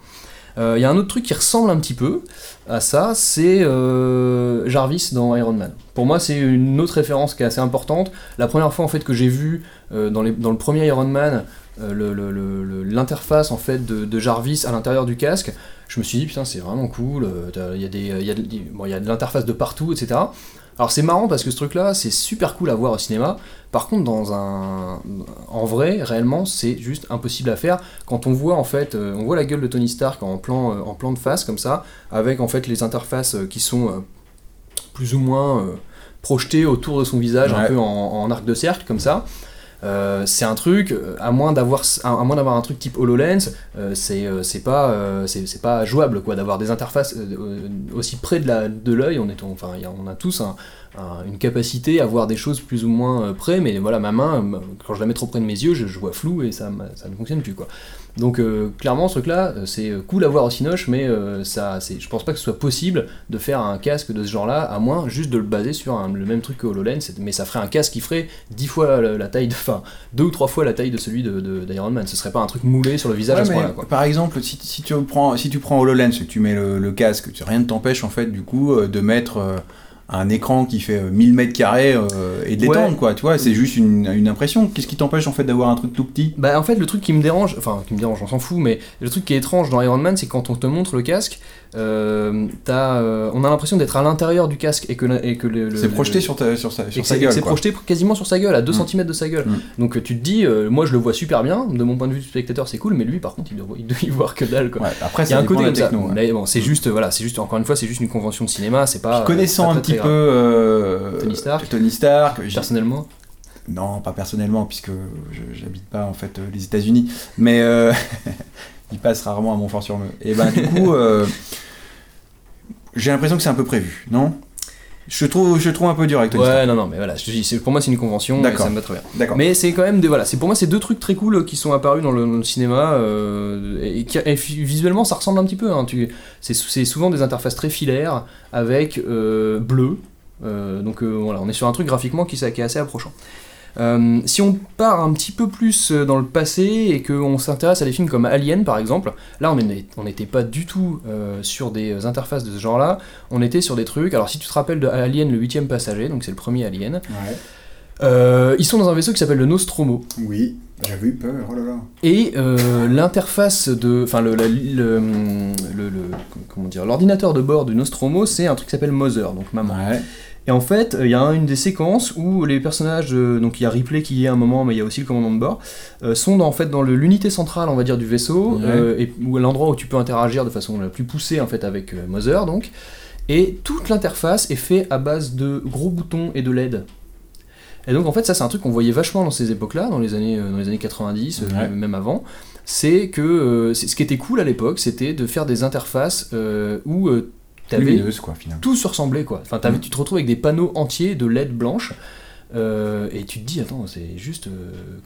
A: Euh, Il y a un autre truc qui ressemble un petit peu à ça, c'est euh, Jarvis dans Iron Man. Pour moi, c'est une autre référence qui est assez importante. La première fois en fait que j'ai vu euh, dans, les- dans le premier Iron Man euh, le- le- le- le- l'interface en fait de, de Jarvis à l'intérieur du casque, je me suis dit putain c'est vraiment cool, euh, t'as- il y a des, il y a de- bon, il y a de l'interface de partout, etc. Alors c'est marrant parce que ce truc-là, c'est super cool à voir au cinéma. Par contre, dans un, en vrai, réellement, c'est juste impossible à faire. Quand on voit en fait, euh, on voit la gueule de Tony Stark en plan, euh, en plan de face comme ça, avec en fait les interfaces euh, qui sont euh, plus ou moins euh, projetées autour de son visage, un
B: Ouais.
A: peu en, en arc de cercle comme ça. Euh, c'est un truc, euh, à moins d'avoir s- à, à moins d'avoir un truc type HoloLens, euh, c'est euh, c'est pas, euh, c'est c'est pas jouable quoi, d'avoir des interfaces euh, euh, aussi près de la- de l'œil. on, est- enfin, y a- on a tous un- un- une capacité à voir des choses plus ou moins euh, près, mais voilà, ma main, euh, ma- quand je la mets trop près de mes yeux, je, je vois flou et ça, m'a- ça ne fonctionne plus quoi. Donc euh, clairement, ce truc-là, euh, c'est cool à voir au Cinoche, mais euh, ça, c'est- je pense pas que ce soit possible de faire un casque de ce genre-là, à moins juste de le baser sur un- le même truc que HoloLens, c'est- mais ça ferait un casque qui ferait 10 fois la, la taille, de, enfin deux ou trois fois la taille de celui d'Iron de, d'Iron Man. Ce serait pas un truc moulé sur le visage
B: Ouais,
A: à ce
B: mais
A: point-là. quoi.
B: Par exemple, si, si tu prends, si tu prends HoloLens et que tu mets le, le casque, tu- rien ne t'empêche en fait du coup euh, de mettre euh, un écran qui fait euh, 1000 mètres carrés euh, et de
A: Ouais.
B: l'étendre quoi, tu vois, c'est juste une, une impression. Qu'est-ce qui t'empêche en fait d'avoir un truc tout petit
A: Bah en fait le truc qui me dérange, enfin qui me dérange on s'en fout, mais le truc qui est étrange dans Iron Man c'est quand on te montre le casque, euh, t'as, euh, on a l'impression d'être à l'intérieur du casque et que, la- et que le... le-
B: C'est projeté
A: le-
B: sur, ta, sur, sa,
A: et
B: sur
A: que
B: sa
A: c'est-
B: gueule.
A: C'est
B: quoi.
A: projeté quasiment sur sa gueule, à 2
B: Mm.
A: cm de sa gueule.
B: Mm.
A: Donc euh, tu te dis, euh, moi je le vois super bien, de mon point de vue du spectateur c'est cool, mais lui par contre il doit, il doit y voir que dalle quoi.
B: Ouais, après,
A: Il y a
B: ça
A: un
B: dépend
A: côté
B: de
A: comme
B: la
A: ça.
B: techno. ouais. Mm.
A: Mais bon, c'est juste, euh, voilà, c'est juste, encore une fois, c'est juste une convention de cinéma, c'est pas.
B: Puis connaissant
A: euh, pas très,
B: un petit
A: très
B: peu
A: grave.
B: euh,
A: Tony Stark.
B: Tony Stark, j'ai-
A: Personnellement,
B: non pas personnellement puisque je- j'habite pas en fait euh, les États-Unis, mais euh, il passe rarement à Montfort-sur-Meux. Et ben du coup, euh, j'ai l'impression que c'est un peu prévu, non Je trouve, je trouve un peu dur avec Tony Stark.
A: ouais, non, non, mais voilà, je te dis, c'est- pour moi c'est une convention, et
B: D'accord.
A: ça me va très bien.
B: D'accord.
A: Mais c'est quand même des voilà, c'est pour moi c'est deux trucs très cool qui sont apparus dans le, dans le cinéma euh, et, qui- et fi- visuellement ça ressemble un petit peu. Hein, tu, c'est, sou- c'est souvent des interfaces très filaires avec euh, bleu. Euh, donc euh, voilà, on est sur un truc graphiquement qui, s'a- qui est assez approchant. Euh, si on part un petit peu plus euh, dans le passé et qu'on s'intéresse à des films comme Alien par exemple, là on est- on n'était pas du tout euh, sur des interfaces de ce genre-là, on était sur des trucs, alors si tu te rappelles de Alien le huitième passager, donc c'est le premier Alien,
B: Ouais.
A: euh, ils sont dans un vaisseau qui s'appelle le Nostromo.
B: Oui, j'avais eu peur. Oh là là.
A: Et euh, l'interface de, enfin le, la- le- le- le- comment dire, l'ordinateur de bord du Nostromo, c'est un truc qui s'appelle Mother, donc maman.
B: Ouais.
A: Et en fait, euh, il y a une des séquences où les personnages, euh, donc il y a Ripley qui y est à un moment, mais il y a aussi le commandant de bord, euh, sont dans, en fait dans le- l'unité centrale, on va dire, du vaisseau,
B: Ouais.
A: euh, et où l'endroit où tu peux interagir de façon la plus poussée en fait avec euh, Mother, donc. Et toute l'interface est faite à base de gros boutons et de LED. Et donc en fait, ça c'est un truc qu'on voyait vachement dans ces époques-là, dans les années, euh, dans les années 90, euh,
B: Ouais.
A: même avant. C'est que euh, c'est- ce qui était cool à l'époque, c'était de faire des interfaces euh, où euh, t'avais
B: Lumineuse quoi finalement.
A: tout se ressemblait quoi. Enfin, t'avais- tu te retrouves avec des panneaux entiers de LED blanches. euh, et tu te dis, attends, c'est juste euh,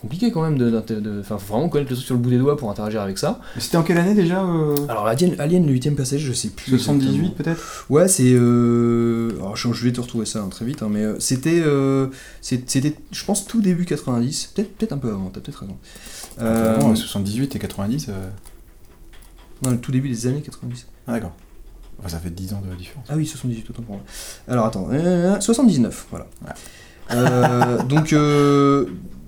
A: compliqué quand même de, de- de- enfin, faut vraiment connaître le truc sur le bout des doigts pour interagir avec ça.
B: Mais C'était en quelle année déjà euh,
A: Alors, Alien, Alien le 8ème passage, Ah, je sais plus.
B: 78
A: exactement.
B: peut-être
A: Ouais, c'est. euh, Alors, je, je vais te retrouver ça hein, très vite, hein, mais euh, c'était, euh, c'est- c'était, je pense, tout début 90, peut-être peut un peu avant, t'as peut-être raison. Euh,
B: Vraiment, 78 et 90. euh,
A: non, le tout début des années 90.
B: Ah d'accord. Enfin, ça fait 10 ans de différence.
A: Ah oui, 78, autant pour moi. Alors attends, euh, 79, voilà.
B: Ouais.
A: Euh, donc, euh,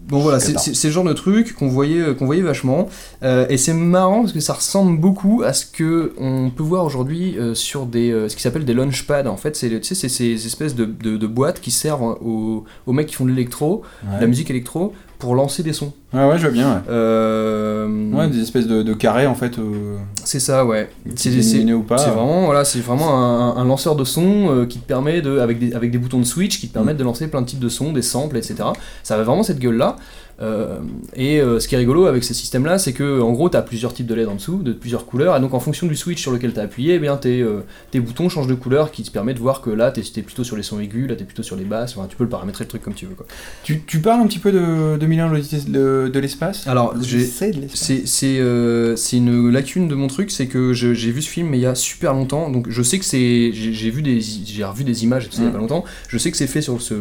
A: bon voilà, c'est
B: J'adore.
A: c'est- c'est le genre de truc qu'on voyait, euh, qu'on voyait vachement. Euh, et c'est marrant parce que ça ressemble beaucoup à ce que on peut voir aujourd'hui euh, sur des, euh, ce qui s'appelle des launchpads. En fait, c'est tu sais, c'est ces espèces de, de- de boîtes qui servent aux, aux mecs qui font de l'électro, de la
B: Ouais.
A: musique électro, pour lancer des sons.
B: ouais, ouais, je vois bien. Ouais.
A: Euh,
B: Ouais, des espèces de, de carrés en fait, euh,
A: C'est ça, ouais. C'est- c'est-
B: illuminés ou pas.
A: C'est vraiment, voilà, c'est vraiment un, un lanceur de son euh, qui te permet de, avec des, avec des boutons de switch, qui te permettent de lancer plein de types de sons, des samples, etc. Ça avait vraiment cette gueule-là. Euh, et euh, ce qui est rigolo avec ces systèmes-là, c'est que en gros, t'as plusieurs types de LED en dessous, de plusieurs couleurs, et donc en fonction du switch sur lequel t'as appuyé, eh bien tes, euh, tes boutons changent de couleur, qui te permet de voir que là, t'es t'es plutôt sur les sons aigus, là, t'es plutôt sur les basses. Enfin, tu peux le paramétrer le truc comme tu veux. Quoi.
B: Tu, tu parles un petit peu de 2001 l'Odyssée de, de l'espace
A: Alors, Ah, j'ai-
B: L'Odyssée de l'espace.
A: C'est c'est, euh, c'est une lacune de mon truc, c'est que je- j'ai vu ce film mais il y a super longtemps, donc je sais que c'est j'ai j'ai vu des i- j'ai revu des images et tout ça il y a
B: Mm.
A: pas longtemps. Je sais que c'est fait sur ce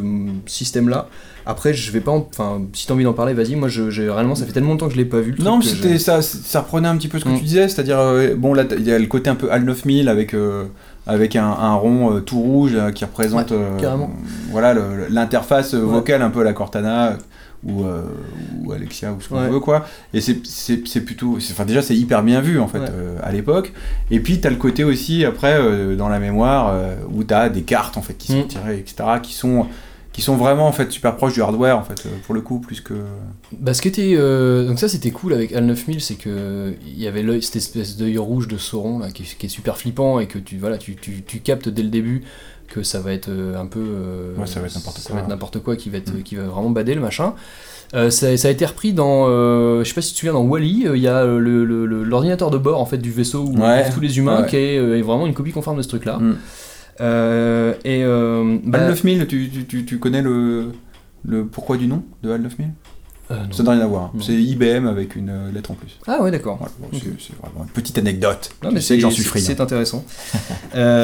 A: système là. Après je vais pas en- enfin si t'as envie d'en parler vas-y. Moi je j'ai- réellement ça fait tellement longtemps que je l'ai pas vu. Le
B: Non, mais
A: truc, que
B: c'était ça, ça reprenait un petit peu ce que
A: Mm.
B: tu disais, c'est-à-dire euh, bon là il y a le côté un peu HAL 9000 avec euh, avec un, un rond euh, tout rouge euh, qui représente euh,
A: carrément.
B: voilà le- le- l'interface euh,
A: Ouais.
B: vocale un peu à la Cortana ou, euh, ou Alexia ou ce qu'on
A: Ouais.
B: veut quoi et c'est- c'est c'est plutôt c'est- enfin déjà c'est hyper bien vu en fait
A: Ouais.
B: euh, à l'époque et puis t'as le côté aussi après euh, dans la mémoire euh, où t'as des cartes en fait qui sont
A: Mm.
B: tirées etc qui sont qui sont vraiment en fait super proches du hardware en fait euh, pour le coup plus que
A: Bah, ce qui était, euh, donc ça c'était cool avec HAL 9000, c'est que il y avait l'œil, cette espèce d'œil rouge de Sauron là, qui, est- qui est super flippant et que tu, voilà, tu, tu, tu captes dès le début que ça va être euh, un peu, euh,
B: Ouais, ça va être n'importe
A: ça
B: quoi.
A: va être n'importe quoi qui va être,
B: Mm.
A: qui va vraiment bader le machin. Euh, ça, ça a été repris dans, euh, je sais pas si tu te souviens, dans Wally, il y a euh, le- le- le- l'ordinateur de bord en fait du vaisseau où
B: Ouais.
A: vivent tous les humains
B: Ouais.
A: qui est, euh, est vraiment une copie conforme de ce truc-là.
B: Mm.
A: Euh, et euh,
B: HAL
A: bah,
B: 9000 tu, tu, tu, tu connais le le pourquoi du nom de HAL 9000
A: euh, non.
B: ça n'a rien à voir hein.
A: Non.
B: c'est IBM avec une euh, lettre en plus
A: Ah ouais d'accord.
B: Voilà, bon,
A: Ok.
B: c'est- c'est vraiment une petite anecdote.
A: Non,
B: Tu
A: mais
B: sais que j'en suis
A: c'est-
B: friand.
A: C'est intéressant.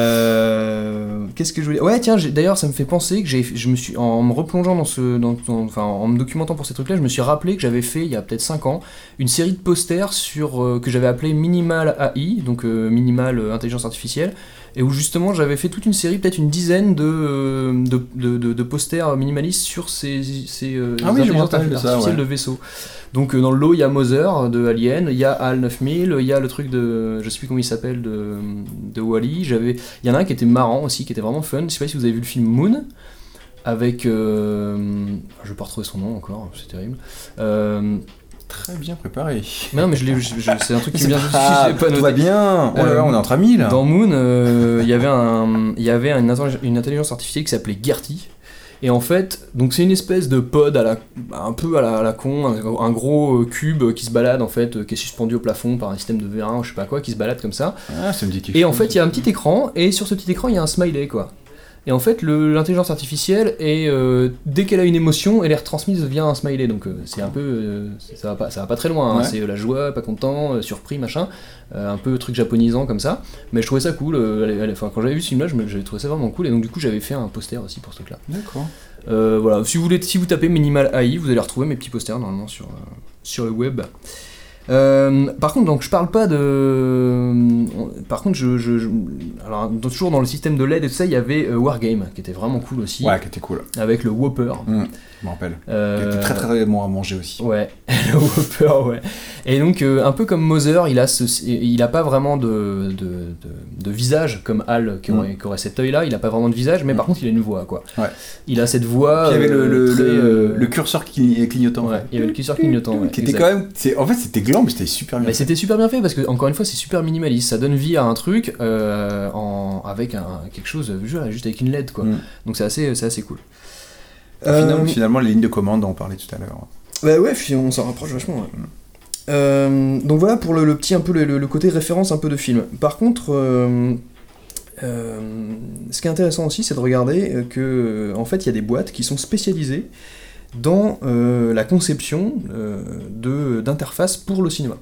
A: Euh, Qu'est-ce que je voulais Ouais, tiens, j'ai- d'ailleurs, ça me fait penser que j'ai, je me suis, en me replongeant dans ce, dans, dans- enfin, en me documentant pour ces trucs-là, je me suis rappelé que j'avais fait il y a peut-être 5 ans une série de posters sur euh, que j'avais appelé Minimal AI, donc euh, Minimal euh, Intelligence Artificielle, et où justement j'avais fait toute une série, peut-être une dizaine de, euh, de, de- de- de posters minimalistes sur ces, ces euh,
B: Ah oui, je me
A: intelligences
B: rappelle de ça,
A: artificielles
B: ouais.
A: de vaisseaux. Donc euh, dans le lot, il y a Mother de Alien, il y a HAL 9000, il y a le truc de. Je sais plus comment il s'appelle de, de Wally. J'avais, il y en a un qui était marrant aussi, qui était vraiment fun. Je sais pas si vous avez vu le film Moon. Avec. euh, Je vais pas retrouver son nom encore, c'est terrible. Euh,
B: Très bien préparé.
A: Mais non, mais je l'ai. je- je- C'est un truc qui me vient.
B: Ah,
A: je l'ai pas
B: tout
A: noté.
B: va bien. Oh là là,
A: Euh,
B: on est entre amis là.
A: Dans Moon, euh, il y avait, un, il y avait une, intelli- une intelligence artificielle qui s'appelait Gertie. Et en fait, donc c'est une espèce de pod à la, un peu à la, à la con, un, un gros euh, cube qui se balade en fait, euh, qui est suspendu au plafond par un système de vérin ou je sais pas quoi, qui se balade comme ça.
B: Ah, ça me dit quelque
A: Et en
B: chose.
A: fait, il y a un petit écran, et sur ce petit écran, il y a un smiley, quoi. Et en fait, le- l'intelligence artificielle, est, euh, dès qu'elle a une émotion, elle est retransmise via un smiley. Donc euh, c'est un peu. euh, ça, va pas, ça va pas très loin. hein.
B: Ouais.
A: C'est euh, la joie, pas content, euh, surpris, machin. Euh, un peu truc japonisant comme ça. Mais je trouvais ça cool. euh, elle- elle- enfin, quand j'avais vu ce film-là, je me- j'avais trouvé ça vraiment cool. Et donc, du coup, j'avais fait un poster aussi pour ce truc-là.
B: D'accord.
A: Euh, voilà, si vous, voulez, si vous tapez Minimal AI, vous allez retrouver mes petits posters normalement sur, euh, sur le web. Euh, par contre, donc je parle pas de. Par contre, je, je- je- alors dans- toujours dans le système de LED et tout ça, il y avait euh, Wargame qui était vraiment cool aussi,
B: Ouais, qui était cool.
A: avec le Whopper.
B: Je m'en rappelle. Qui
A: Euh,
B: était très très bon à manger aussi.
A: Ouais, le Whopper, ouais. Et donc, euh, un peu comme Mother, il a, ce- il a pas vraiment de, de, de- de visage comme Hal qui aurait, qui aurait cet œil-là. Il a pas vraiment de visage, mais par contre, il a une voix, quoi.
B: Mm. Ouais.
A: Il a cette voix.
B: Puis il y avait le,
A: euh,
B: le,
A: très,
B: le-
A: euh,
B: le curseur qui, clignotant.
A: Ouais, il y avait le curseur clignotant, ouais,
B: qui était
A: exact.
B: quand même. c'est- En fait, c'était gland, mais c'était super bien.
A: Mais c'était super bien fait parce que encore une fois c'est super minimaliste, ça donne vie à un truc euh, en, avec un, quelque chose euh, juste juste avec une LED quoi.
B: Mm. Euh,
A: Donc c'est assez c'est assez cool.
B: Enfin, finalement, finalement, les lignes de commande, on en parlait tout à l'heure.
A: Bah ouais, puis on s'en rapproche vachement. ouais. Euh, donc voilà pour le, le petit un peu le, le- le côté référence un peu de film. Par contre, euh, euh, ce qui est intéressant aussi, c'est de regarder euh, que euh, en fait il y a des boîtes qui sont spécialisées dans euh, la conception euh, de d'interfaces pour le cinéma.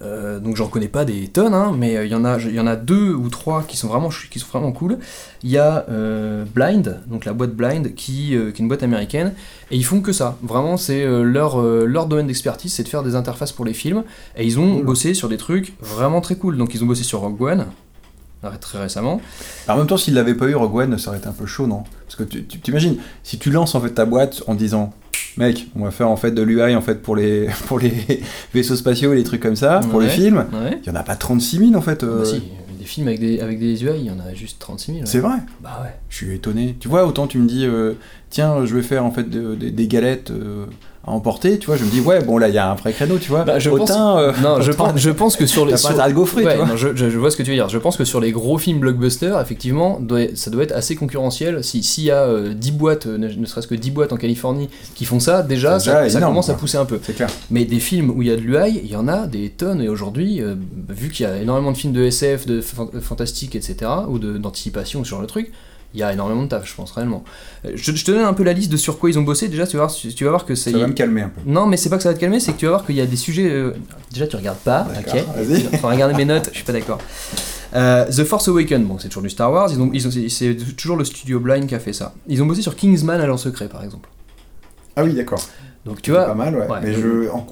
A: Euh, donc j'en connais pas des tonnes, hein, mais euh, il y en a, il y en a deux ou trois qui sont vraiment, ch- qui sont vraiment cool. Il y a euh, Blind, donc la boîte Blind, qui, euh, qui est une boîte américaine, et ils font que ça. Vraiment, c'est euh, leur, euh, leur domaine d'expertise, c'est de faire des interfaces pour les films. Et ils ont
B: Cool.
A: bossé sur des trucs vraiment très cool. Donc ils ont bossé sur Rogue One, arrête, très récemment.
B: Alors, Bah, en même temps, s'il l'avait pas eu, Rogue One, ça aurait été un peu chaud, non Parce que tu tu- t'imagines, si tu lances en fait ta boîte en disant, mec, on va faire en fait de l'UI en fait pour les pour les vaisseaux spatiaux et les trucs comme ça, pour les
A: Ouais.
B: films,
A: Ouais.
B: il y en a pas 36 000 en fait. euh,
A: Bah si, des films avec des, avec des UI, il y en a juste 36 000. ouais.
B: C'est vrai.
A: Bah ouais.
B: Je suis étonné. Tu vois, autant tu me dis, euh, tiens, je vais faire en fait de- de- des galettes euh, à emporter, tu vois, je me dis, ouais, bon là, il y a un vrai créneau, tu vois.
A: Bah, je
B: autant, euh,
A: Non, je
B: autant,
A: pense, je pense que sur les.
B: t'as
A: sur-
B: pas à le gaufrer,
A: Ouais,
B: tu vois.
A: non, je, je- je vois ce que tu veux dire. Je pense que sur les gros films blockbusters, effectivement, doit- ça doit être assez concurrentiel. Si- S'il y a euh, 10 boîtes, euh, ne, ne serait-ce que 10 boîtes en Californie qui font ça, déjà,
B: C'est
A: ça-
B: déjà
A: ça
B: énorme,
A: commence à
B: quoi.
A: pousser un peu.
B: C'est clair.
A: Mais des films où il y a de l'UI, il y en a des tonnes. Et aujourd'hui, euh, vu qu'il y a énormément de films de SF, de fan- euh, fantastique, etc., ou de- d'anticipation sur le truc, il y a énormément de taf, je pense, réellement. Euh, Je, je te donne un peu la liste de sur quoi ils ont bossé. Déjà, tu vas voir, tu, tu vas voir que ça
B: Ça
A: y
B: va
A: est.
B: me calmer un peu.
A: Non, mais c'est pas que ça va te calmer, c'est que tu vas voir qu'il y a des sujets. euh, Déjà, tu regardes pas,
B: D'accord,
A: ok.
B: Vas-y.
A: Enfin, regardez mes notes, je suis pas d'accord. Euh, The Force Awakens, bon, c'est toujours du Star Wars, ils ont, ils ont- c'est- c'est toujours le studio Blind qui a fait ça. Ils ont bossé sur Kingsman à l'heure secret, par exemple.
B: Ah oui, d'accord.
A: Donc, tu
B: Tu
A: vois,
B: pas mal, ouais.
A: ouais.
B: Mais je. en-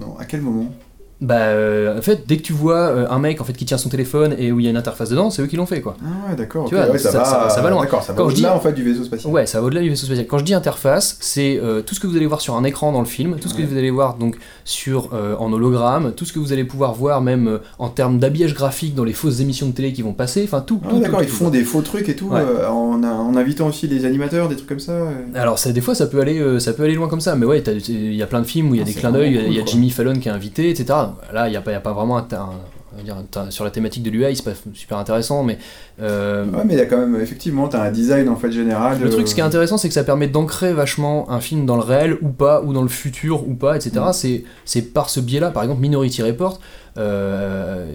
B: non, à quel moment
A: Bah, euh, en fait, dès que tu vois euh, un mec en fait qui tient son téléphone et où il y a une interface dedans, c'est eux qui l'ont fait quoi.
B: Ah ouais, d'accord.
A: Tu
B: ok.
A: vois,
B: Ouais, ça,
A: ça-
B: va,
A: ça- ça va loin.
B: D'accord, ça va
A: Quand je dis-
B: au-delà en fait du vaisseau spatial.
A: Ouais, ça va au-delà du vaisseau spatial. Quand je dis interface, c'est euh, tout ce que vous allez voir sur un écran dans le film, tout ce
B: Ouais.
A: que vous allez voir donc sur euh, en hologramme, tout ce que vous allez pouvoir voir même euh, en termes d'habillage graphique dans les fausses émissions de télé qui vont passer, enfin tout.
B: Ah,
A: tout, tout,
B: d'accord,
A: tout,
B: ils
A: tout.
B: font des faux trucs et tout,
A: Ouais.
B: euh, en, en invitant aussi des animateurs, des trucs comme ça. euh.
A: Alors ça, des fois ça peut aller, euh, ça peut aller loin comme ça, mais ouais, t'as- t'es- il y a plein de films où il y a
B: Ah,
A: des
B: c'est
A: clins d'œil, il y a-
B: vraiment
A: il y a
B: cool, quoi.
A: Jimmy Fallon qui est invité, etc. Là, il n'y a, pas- il y a pas vraiment un, un- on va dire un- un- sur la thématique de l'UI, c'est pas super intéressant, mais euh,
B: Ouais, mais il y a quand même, effectivement, t'as un design en fait général.
A: le truc, ce qui est
B: euh,
A: intéressant, c'est que ça permet d'ancrer vachement un film dans le réel ou pas, ou dans le futur ou pas, etc.
B: Mm.
A: C'est- C'est par ce biais-là, par exemple, Minority Report. euh,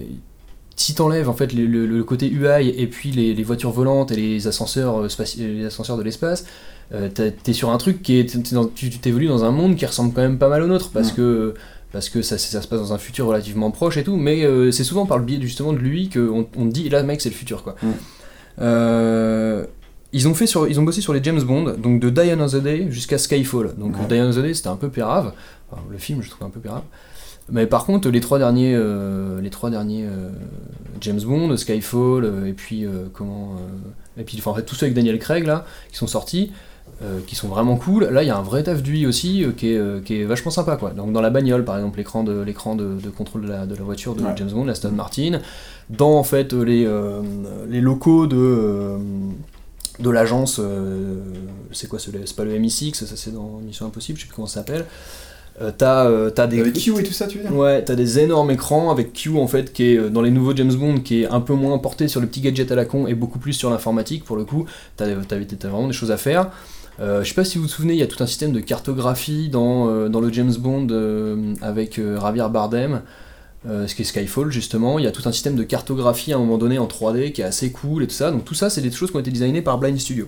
A: si t'enlèves en fait le, le- le côté UI et puis les, les voitures volantes et les ascenseurs, euh, spaci- euh, les ascenseurs de l'espace, euh, t'as- t'es sur un truc qui est, t'es dans- tu tu t'évolues dans un monde qui ressemble quand même pas mal au nôtre parce
B: Mm.
A: que parce que ça, ça se passe dans un futur relativement proche et tout, mais euh, c'est souvent par le biais justement de lui qu'on on te dit là mec c'est le futur quoi.
B: Mm.
A: Euh, ils ont, fait sur, ils ont bossé sur les James Bond, donc de Die Another Day jusqu'à Skyfall. Donc
B: Ouais.
A: Die Another Day c'était un peu pérave, Enfin, le film je trouve un peu pérave. Mais par contre les trois derniers, euh, les trois derniers euh, James Bond, Skyfall euh, et puis euh, comment, euh, et puis enfin en fait tous ceux avec Daniel Craig là qui sont sortis, euh, qui sont vraiment cool. Là il y a un vrai taf d'UI aussi euh, qui, est, euh, qui est vachement sympa quoi. Donc dans la bagnole par exemple l'écran de l'écran de, de contrôle de la, de la voiture de
B: Ouais.
A: James Bond, la Aston Martin, dans en fait les, euh, les locaux de euh, de l'agence, euh, c'est quoi, c'est le- c'est pas le MI6, ça c'est dans Mission Impossible, je sais plus comment ça s'appelle. Euh, t'as euh, t'as des
B: Avec Q et tout ça, tu veux dire
A: Ouais, t'as des énormes écrans avec Q en fait qui est euh, dans les nouveaux James Bond qui est un peu moins porté sur le petit gadget à la con et beaucoup plus sur l'informatique pour le coup. T'as t'as- t'as vraiment des choses à faire. Euh, je sais pas si vous vous souvenez, il y a tout un système de cartographie dans, euh, dans le James Bond euh, avec euh, Javier Bardem, euh, ce qui est Skyfall justement. Il y a tout un système de cartographie à un moment donné en 3D qui est assez cool et tout ça. Donc tout ça, c'est des choses qui ont été designées par Blind Studio.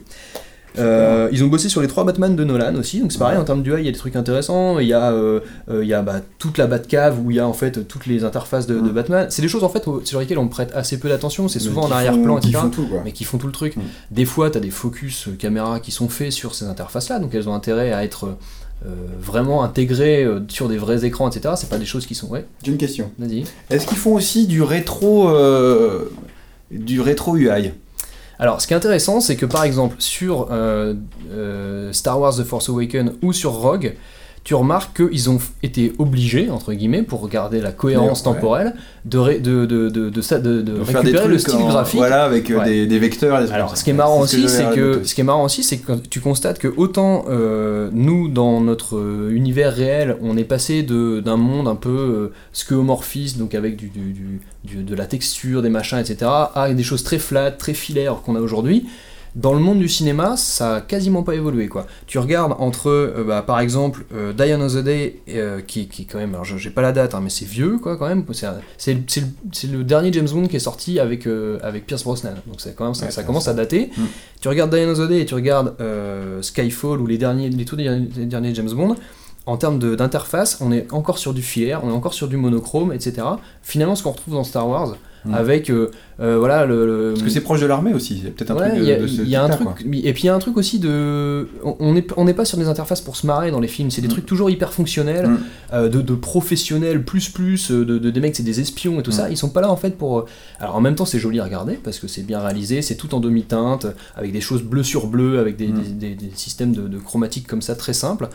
A: Euh, ils ont bossé sur les trois Batman de Nolan aussi, donc c'est pareil en termes d'UI, il y a des trucs intéressants. Il y a, euh, euh, il y a bah, toute la Batcave où il y a en fait toutes les interfaces de, de
B: Mm.
A: Batman. C'est des choses en fait au- sur lesquelles on prête assez peu d'attention, c'est
B: Mais
A: souvent en
B: qui
A: arrière-plan,
B: font- qui
A: etc.
B: font tout, quoi.
A: Mais qui font tout le truc.
B: Mm.
A: Des fois, tu as des focus euh, caméra qui sont faits sur ces interfaces-là, donc elles ont intérêt à être euh, vraiment intégrées euh, sur des vrais écrans, etc. C'est pas des choses qui sont. Ouais,
B: J'ai une question.
A: vas-y.
B: Est-ce qu'ils font aussi du rétro, euh, du rétro UI
A: Alors, ce qui est intéressant, c'est que par exemple, sur euh, euh, Star Wars The Force Awakens ou sur Rogue, tu remarques qu'ils ont f- été obligés, entre guillemets, pour regarder la cohérence
B: Mais ouais.
A: temporelle, de, ré- de, de, de, de ça- de- de
B: Pour
A: Euh, récupérer le style
B: en-
A: graphique.
B: Voilà, avec euh,
A: Ouais.
B: des, des vecteurs. Des trucs comme
A: Alors,
B: ça.
A: ce qui est marrant
B: C'est ce
A: aussi,
B: j'avais
A: c'est que
B: rajouté.
A: ce qui est marrant aussi, c'est que tu constates que autant euh, nous, dans notre euh, univers réel, on est passé de- d'un monde un peu euh, skeuomorphiste, donc avec du, du- du- du- de la texture, des machins, etc., à des choses très flattes, très filaires qu'on a aujourd'hui. Dans le monde du cinéma, ça a quasiment pas évolué quoi. Tu regardes entre, euh, bah, par exemple, euh, Die Another Day, euh, qui, qui est quand même, alors je- j'ai pas la date, hein, mais c'est vieux quoi quand même. C'est un- C'est le- c'est le, c'est le dernier James Bond qui est sorti avec, euh, avec Pierce Brosnan, donc c'est quand même ça,
B: Ouais,
A: ça
B: c'est
A: commence à dater.
B: Mm.
A: Tu regardes Die Another Day et tu regardes euh, Skyfall ou les derniers, les tout derniers, les derniers James Bond. En termes de- d'interface, on est encore sur du filaire, on est encore sur du monochrome, etc. Finalement, ce qu'on retrouve dans Star Wars,
B: Mm.
A: avec euh, euh, voilà le, le-
B: Parce que c'est proche de l'armée aussi. Il y a peut-être un
A: Mm. Ouais,
B: truc de,
A: il y a,
B: de ce
A: il y a un
B: type-là,
A: truc,
B: quoi.
A: et puis il y a un truc aussi de, on- on n'est on n'est pas sur des interfaces pour se marrer dans les films, c'est des
B: Mm.
A: trucs toujours hyper fonctionnels,
B: Mm.
A: euh, de, de professionnels plus plus, euh, de, de- des mecs c'est des espions
B: Mm.
A: et tout ça, ils sont pas là en fait pour, euh, alors en même temps c'est joli à regarder parce que c'est bien réalisé, c'est tout en demi-teinte, avec des choses bleu sur bleu, avec des,
B: Mm.
A: des- des- des systèmes de, de chromatique comme ça très simples.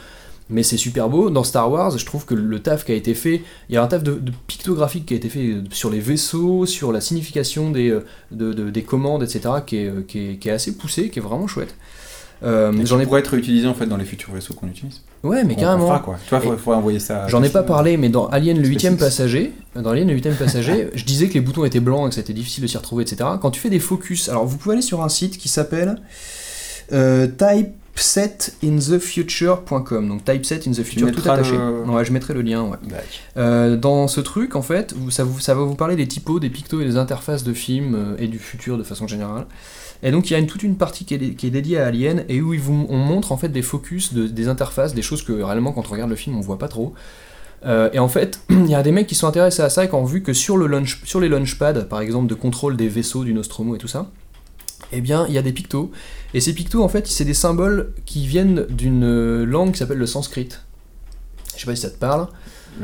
A: Mais c'est super beau. Dans Star Wars, je trouve que le taf qui a été fait, il y a un taf de, de pictographique qui a été fait euh, sur les vaisseaux, sur la signification des, euh, de- de- des commandes, etc., qui est, euh, qui, est, qui est assez poussé, qui est vraiment chouette. Euh,
B: Et
A: J'en
B: qui
A: ai
B: pourrait être utilisé en fait dans les futurs vaisseaux qu'on utilise.
A: Ouais, mais
B: Qu'on- qu'on
A: carrément.
B: fera, quoi. Tu vois,
A: Et-
B: faut, faut envoyer ça.
A: J'en ai pas parlé, mais dans Alien le
B: SpaceX.
A: 8ème passager, dans Alien le 8 passager, je disais que les boutons étaient blancs et que c'était difficile de s'y retrouver, etc. Quand tu fais des focus, alors vous pouvez aller sur un site qui s'appelle euh, typesetinthefuture.com, donc typesetinthefuture tout
B: mettras
A: attaché.
B: le-
A: Ouais, je mettrai le lien, ouais.
B: Bah,
A: Euh, dans ce truc, en fait, vous- ça, vous, ça va vous parler des typos, des pictos et des interfaces de films euh, et du futur de façon générale. Et donc il y a une, toute une partie qui est, dé- qui est dédiée à Alien et où ils vous, on montre en fait des focus, de- des interfaces, des choses que réellement quand on regarde le film on voit pas trop. Euh, et en fait, il y a des mecs qui sont intéressés à ça et qui ont vu que sur, le launch, sur les launchpads, par exemple, de contrôle des vaisseaux du Nostromo et tout ça, eh bien, il y a des pictos. Et ces pictos, en fait, c'est des symboles qui viennent d'une euh, langue qui s'appelle le sanskrit. Je sais pas si ça te parle.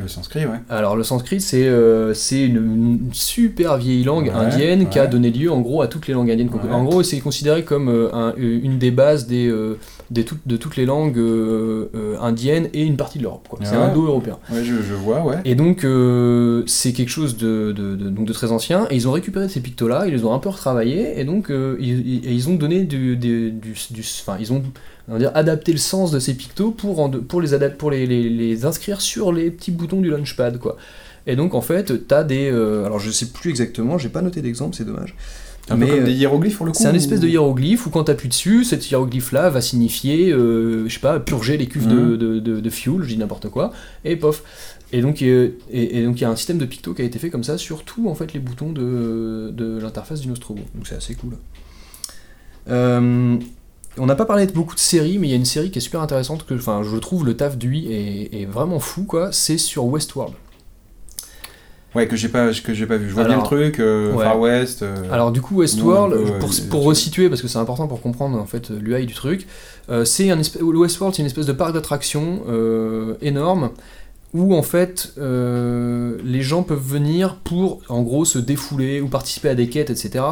B: Le sanskrit, ouais.
A: Alors le sanskrit, c'est euh, c'est une, une super vieille langue
B: Ouais,
A: indienne qui
B: ouais.
A: a donné lieu en gros à toutes les langues indiennes. qu'on
B: Ouais.
A: connaît. En gros, c'est considéré comme euh, un- une des bases des, euh, des toutes- de toutes les langues euh, euh, indiennes et une partie de l'Europe. quoi. C'est
B: Ouais.
A: indo-européen.
B: Ouais, je, je vois, ouais.
A: Et donc, euh, c'est quelque chose de, de- de- donc de très ancien. Et ils ont récupéré ces pictos-là, ils les ont un peu retravaillés, et donc euh, ils, ils- et ils ont donné du. des- du, du- enfin, ils ont on va dire, adapté le sens de ces pictos pour, en de- pour, les, adap- pour les, les- les inscrire sur les petits boutons du launchpad, quoi. Et donc, en fait, t'as des. euh, alors, je sais plus exactement, j'ai pas noté d'exemple, c'est dommage.
B: Un
A: Mais,
B: peu comme
A: euh,
B: des hiéroglyphes pour le coup.
A: C'est un espèce de
B: hiéroglyphe.
A: hiéroglyphe où quand t'appuies dessus, cet hiéroglyphe-là va signifier, euh, je sais pas, purger les cuves de,
B: Mhm.
A: de, de- de fuel, je dis n'importe quoi, et pof. Et donc euh, et, et donc il y a un système de picto qui a été fait comme ça sur tous en fait les boutons de, de l'interface du Nostromo. Donc c'est assez cool. Euh, on n'a pas parlé de beaucoup de séries, mais il y a une série qui est super intéressante que, enfin, je trouve le taf d'Ui est, est vraiment fou quoi. C'est sur Westworld.
B: Ouais, que j'ai pas, que j'ai pas vu. Je vois
A: Alors,
B: bien le truc, euh,
A: ouais.
B: Far West. euh,
A: Alors du coup
B: Nous, on est un
A: Westworld,
B: peu,
A: pour,
B: euh,
A: pour
B: là-dessus.
A: resituer parce que c'est important pour comprendre en fait l'UI du truc, euh, c'est un espèce, le Westworld c'est une espèce de parc d'attractions euh, énorme où en fait euh, les gens peuvent venir pour en gros se défouler ou participer à des quêtes etc.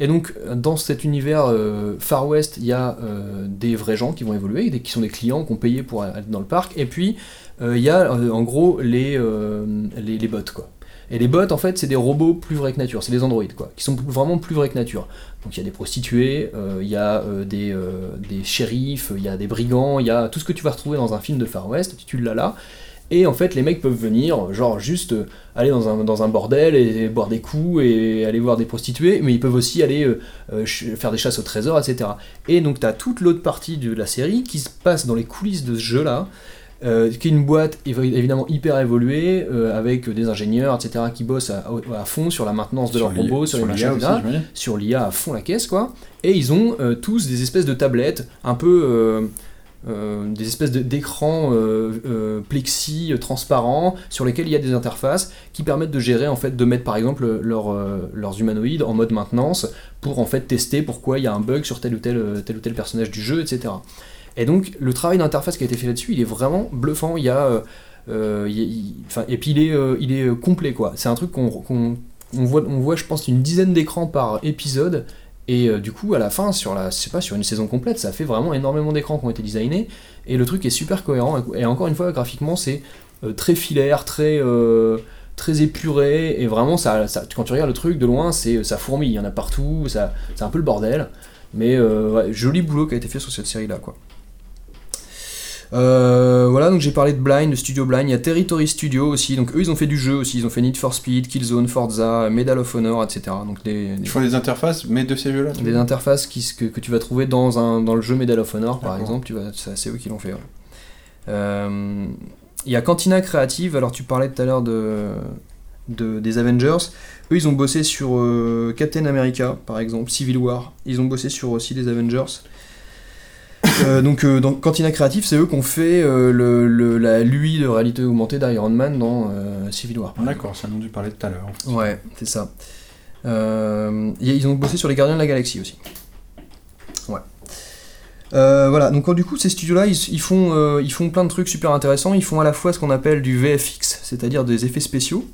A: Et donc dans cet univers euh, Far West il y a euh, des vrais gens qui vont évoluer, des- qui sont des clients qu'on payait pour aller dans le parc et puis euh, il y a euh, en gros les, euh, les, les bots quoi. Et les bots, en fait, c'est des robots plus vrais que nature, c'est des androïdes, quoi, qui sont plus- vraiment plus vrais que nature. Donc il y a des prostituées, euh, il y a euh, des, euh, des shérifs, il y a des brigands, il y a tout ce que tu vas retrouver dans un film de Far West, tu- tu l'as là. Et en fait, les mecs peuvent venir, genre, juste euh, aller dans un, dans un bordel et, boire des coups et aller voir des prostituées, mais ils peuvent aussi aller euh, euh, ch- faire des chasses au trésor, etc. Et donc, tu as toute l'autre partie de la série qui se passe dans les coulisses de ce jeu-là, euh, qui est une boîte évi- évidemment hyper évoluée, euh, avec des ingénieurs, etc., qui bossent à, à- à fond sur la maintenance de
B: sur
A: leurs
B: l'I-
A: robots, sur, les
B: l'IA
A: machines,
B: aussi,
A: etc
B: j'imagine.
A: sur l'IA à fond la caisse, quoi. Et ils ont euh, tous des espèces de tablettes, un peu euh, euh, des espèces de- d'écrans euh, euh, plexi euh, transparents sur lesquels il y a des interfaces qui permettent de gérer, en fait, de mettre par exemple leur, euh, leurs humanoïdes en mode maintenance pour en fait tester pourquoi il y a un bug sur tel ou tel, euh, tel, ou tel personnage du jeu, etc. Et donc le travail d'interface qui a été fait là-dessus, il est vraiment bluffant. Il y a, euh, euh, il y a- il- enfin, et puis il est, euh, il est euh, complet quoi. C'est un truc qu'on, qu'on- on voit, on voit, je pense, une dizaine d'écrans par épisode. Et euh, du coup, à la fin, sur la, je sais pas, sur une saison complète, ça fait vraiment énormément d'écrans qui ont été designés. Et le truc est super cohérent. Et encore une fois, graphiquement, c'est euh, très filaire, très euh, très épuré. Et vraiment, ça, ça- quand tu regardes le truc de loin, c'est ça fourmille. Il y en a partout. Ça, c'est un peu le bordel. Mais euh, ouais, joli boulot qui a été fait sur cette série-là, quoi. Euh, voilà, donc j'ai parlé de Blind, de Studio Blind, il y a Territory Studio aussi, donc eux ils ont fait du jeu aussi, ils ont fait Need for Speed, Killzone, Forza, Medal of Honor, etc. Donc des,
B: Ils
A: des,
B: font des interfaces, mais de ces jeux-là.
A: des interfaces qui, se- que, que tu vas trouver dans, un, dans le jeu Medal of Honor par
B: D'accord.
A: exemple, tu vas- ça, c'est eux qui l'ont fait. ouais. Euh, Il y a Cantina Creative, alors tu parlais tout à l'heure de, de- des Avengers, eux ils ont bossé sur euh, Captain America par exemple, Civil War, ils ont bossé sur aussi des Avengers. Euh, donc euh, dans Cantina Creative, c'est eux qui ont fait euh, le, le- la l'UI de réalité augmentée d'Iron Man dans euh, Civil War. par exemple.
B: D'accord, ça nous dû parler tout à l'heure. en fait.
A: Ouais, c'est ça. Euh, y- ils ont bossé sur les Gardiens de la Galaxie aussi. Ouais. Euh, voilà, donc du coup, ces studios-là, ils, ils font, euh, ils font plein de trucs super intéressants. Ils font à la fois ce qu'on appelle du VFX, c'est-à-dire des effets spéciaux,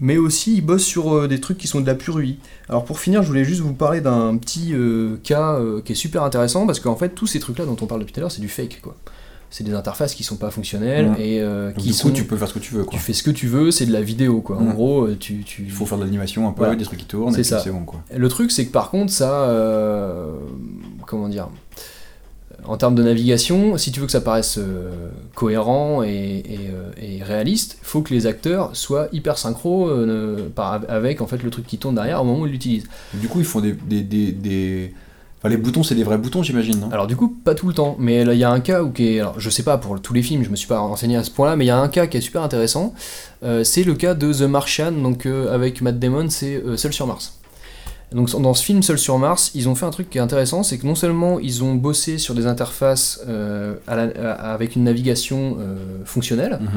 A: mais aussi ils bossent sur euh, des trucs qui sont de la pure UI. Alors pour finir, je voulais juste vous parler d'un petit euh, cas euh, qui est super intéressant, parce qu'en fait, tous ces trucs-là dont on parle depuis tout à l'heure, c'est du fake, quoi. C'est des interfaces qui sont pas fonctionnelles
B: Ouais.
A: et euh,
B: Donc,
A: qui
B: du
A: sont...
B: coup, tu peux faire ce que tu veux, quoi.
A: tu fais ce que tu veux, c'est de la vidéo, quoi. En
B: Ouais.
A: gros, euh, tu... tu...
B: Il faut faire de l'animation un peu,
A: Voilà.
B: des trucs qui tournent,
A: C'est
B: et
A: ça.
B: puis c'est bon, quoi.
A: Le truc, c'est que par contre, ça. euh, comment dire En termes de navigation, si tu veux que ça paraisse euh, cohérent et, et, euh, et réaliste, il faut que les acteurs soient hyper synchro euh, ne- par- avec en fait, le truc qui tourne derrière au moment où ils l'utilisent.
B: Du coup, ils font des. des, des, des- Enfin, les boutons, c'est des vrais boutons, j'imagine, non
A: Alors du coup, pas tout le temps, mais là il y a un cas où qui est, alors je sais pas pour tous les films, je me suis pas renseigné à ce point-là, mais il y a un cas qui est super intéressant. euh, c'est le cas de The Martian, donc euh, avec Matt Damon, c'est euh, Seul sur Mars. Donc dans ce film Seul sur Mars, ils ont fait un truc qui est intéressant, c'est que non seulement ils ont bossé sur des interfaces euh, à la- à- avec une navigation euh, fonctionnelle,
B: Mhm.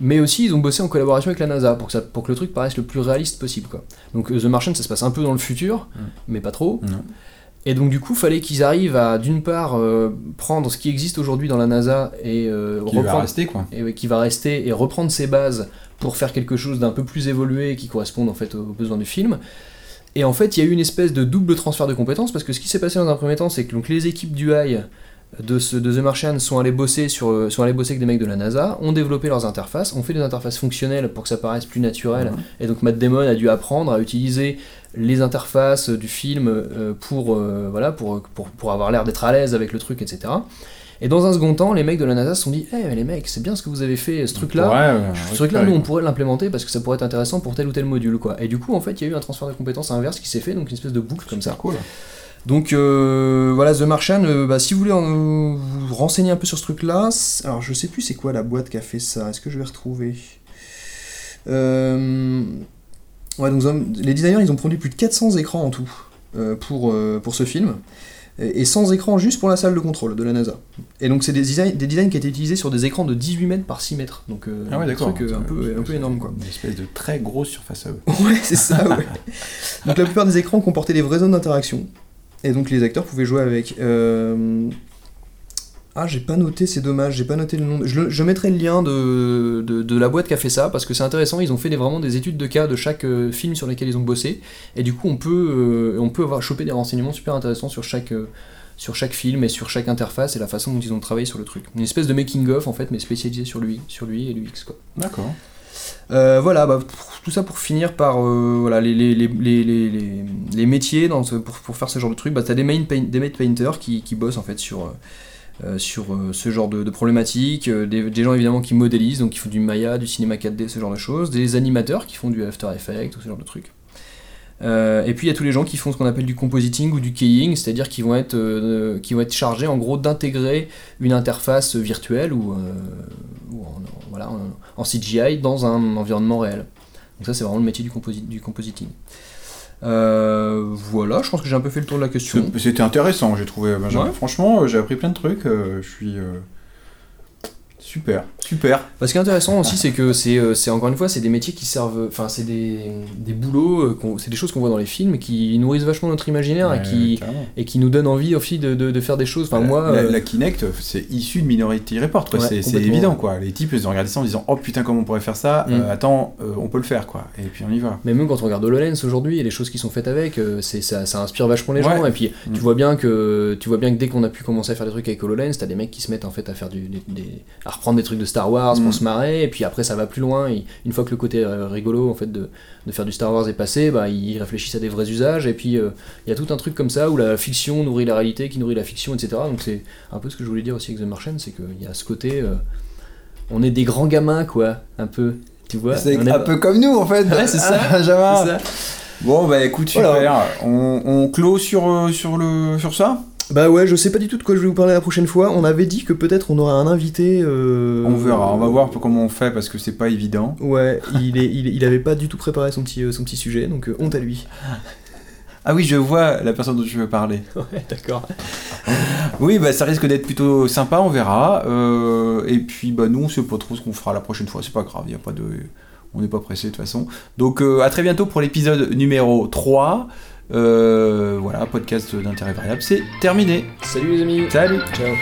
A: mais aussi ils ont bossé en collaboration avec la NASA pour que, ça, pour que le truc paraisse le plus réaliste possible. Quoi. Donc euh, The Martian, ça se passe un peu dans le futur,
B: Mm.
A: mais pas trop.
B: Non.
A: Et donc du coup, fallait qu'ils arrivent à, d'une part, euh, prendre ce qui existe aujourd'hui dans la NASA et euh,
B: Qui va
A: reprendre
B: rester, quoi.
A: et ouais, qui va rester et reprendre ses bases pour faire quelque chose d'un peu plus évolué qui corresponde en fait aux besoins du film. Et en fait, il y a eu une espèce de double transfert de compétences parce que ce qui s'est passé dans un premier temps, c'est que donc, les équipes du High de, ce, de The Martian sont allées, bosser sur, euh, sont allées bosser avec des mecs de la NASA, ont développé leurs interfaces, ont fait des interfaces fonctionnelles pour que ça paraisse plus naturel. Et donc Matt Damon a dû apprendre à utiliser les interfaces du film euh, pour, euh, voilà, pour, pour, pour avoir l'air d'être à l'aise avec le truc, etc. Et dans un second temps, les mecs de la NASA se sont dit Eh, mais les mecs, c'est bien ce que vous avez fait, ce truc-là. Ce truc-là, nous, on pourrait l'implémenter parce que ça pourrait être intéressant pour tel ou tel module, quoi. Et du coup, en fait, il y a eu un transfert de compétences inverse qui s'est fait, donc une espèce de boucle comme ça.
B: Cool.
A: Donc euh, voilà, The Martian, euh, bah, si vous voulez en- euh, vous renseigner un peu sur ce truc-là, c'est- alors je sais plus c'est quoi la boîte qui a fait ça, est-ce que je vais retrouver Euh, Ouais, donc The- les designers, ils ont produit plus de 400 écrans en tout euh, pour, euh, pour ce film, et et 100 écrans juste pour la salle de contrôle de la NASA. Et donc c'est des designs, des designs qui étaient utilisés sur des écrans de 18 mètres par 6 mètres, donc euh,
B: Ah ouais,
A: des
B: d'accord.
A: trucs, euh, un peu, un peu énorme quoi.
B: Une espèce de très grosse surface hub.
A: Ouais, c'est ça, ouais. Donc la plupart des écrans comportaient des vraies zones d'interaction. Et donc les acteurs pouvaient jouer avec. Euh, Ah, j'ai pas noté, c'est dommage, j'ai pas noté le nom. Je, le- je mettrai le lien de, de, de la boîte qui a fait ça, parce que c'est intéressant, ils ont fait des, vraiment des études de cas de chaque euh, film sur lesquels ils ont bossé. Et du coup, on peut, euh, on peut avoir chopé des renseignements super intéressants sur chaque. euh, sur chaque film et sur chaque interface et la façon dont ils ont travaillé sur le truc. Une espèce de making-of en fait, mais spécialisé sur lui, sur lui et l'UX quoi.
B: D'accord.
A: Euh, voilà, bah, pour- tout ça pour finir par euh, voilà, les, les, les, les, les, les- les métiers dans ce- pour, pour faire ce genre de truc. Bah, tu as des, main pain- des maid painters qui, qui bossent en fait sur, euh, euh, sur euh, ce genre de, de problématiques, euh, des, des gens évidemment qui modélisent, donc qui font du Maya, du cinéma 4D, ce genre de choses, des animateurs qui font du After Effects, ou ce genre de trucs. Euh, et puis il y a tous les gens qui font ce qu'on appelle du compositing ou du keying, c'est-à-dire qui vont être euh, qui vont être chargés en gros d'intégrer une interface virtuelle ou, euh, ou en, voilà, en- en CGI dans un environnement réel. Donc ça c'est vraiment le métier du, composi- du compositing. Euh, voilà, je pense que j'ai un peu fait le tour de la question.
B: C'est- C'était intéressant, j'ai trouvé. Benjamin.
A: Ouais.
B: Franchement, euh, j'ai appris plein de trucs. euh, je suis. euh, Super, super.
A: Bah, Ce qui est intéressant aussi, c'est que c'est euh, c'est- encore une fois, c'est des métiers qui servent, enfin, c'est des, des boulots, euh, qu'on- c'est des choses qu'on voit dans les films qui nourrissent vachement notre imaginaire et,
B: Ouais,
A: qui,
B: carrément.
A: et qui nous donnent envie aussi de, de- de faire des choses. Enfin,
B: la,
A: moi,
B: la-
A: euh,
B: la Kinect, c'est issu de Minority Report, quoi.
A: Ouais,
B: c'est, c'est
A: complètement.
B: évident, quoi. Les types, ils ont regardé ça en disant, oh putain, comment on pourrait faire ça
A: Mm.
B: Euh, Attends, euh, on peut le faire, quoi. Et puis on y va.
A: mais même quand on regarde HoloLens aujourd'hui et les choses qui sont faites avec, euh, c'est ça, ça inspire vachement les
B: Ouais.
A: gens. Et puis,
B: Mm.
A: tu vois bien que tu vois bien que dès qu'on a pu commencer à faire des trucs avec HoloLens, t'as des mecs qui se mettent en fait à faire du, des- des- à reprendre des trucs de Star Wars
B: Mm.
A: pour se marrer. Et puis après, ça va plus loin. Et une fois que le côté euh, rigolo en fait de, de faire du Star Wars est passé, bah, ils réfléchissent à des vrais usages. Et puis, euh, il y a tout un truc comme ça où la fiction nourrit la réalité, qui nourrit la fiction, etc. Donc c'est un peu ce que je voulais dire aussi avec The Martian, c'est qu'il y a ce côté, euh, on est des grands gamins quoi, un peu. Tu vois, on
B: ah,
A: est-
B: comme nous, en fait.
A: Ouais, c'est ça.
B: Benjamin.
A: c'est ça.
B: Bon, bah écoute, super.
A: Voilà.
B: On, on clôt sur, euh, sur, le, sur ça
A: Bah ouais, je sais pas du tout de quoi je vais vous parler la prochaine fois. On avait dit que peut-être on aurait un invité. euh,
B: On verra, on va voir comment on fait parce que c'est pas évident.
A: Ouais, il, est, il, il avait pas du tout préparé son petit, euh, son petit sujet, donc euh, honte à lui.
B: Ah oui, je vois la personne dont tu veux parler.
A: Ouais, d'accord.
B: Oui, bah ça risque d'être plutôt sympa, on verra. Euh, et puis bah nous, on sait pas trop ce qu'on fera la prochaine fois, c'est pas grave, y a pas de on n'est pas pressé de toute façon. Donc euh, à très bientôt pour l'épisode numéro 3. Euh, voilà, podcast d'intérêt variable, c'est terminé.
A: Salut les amis.
B: Salut.
A: Ciao.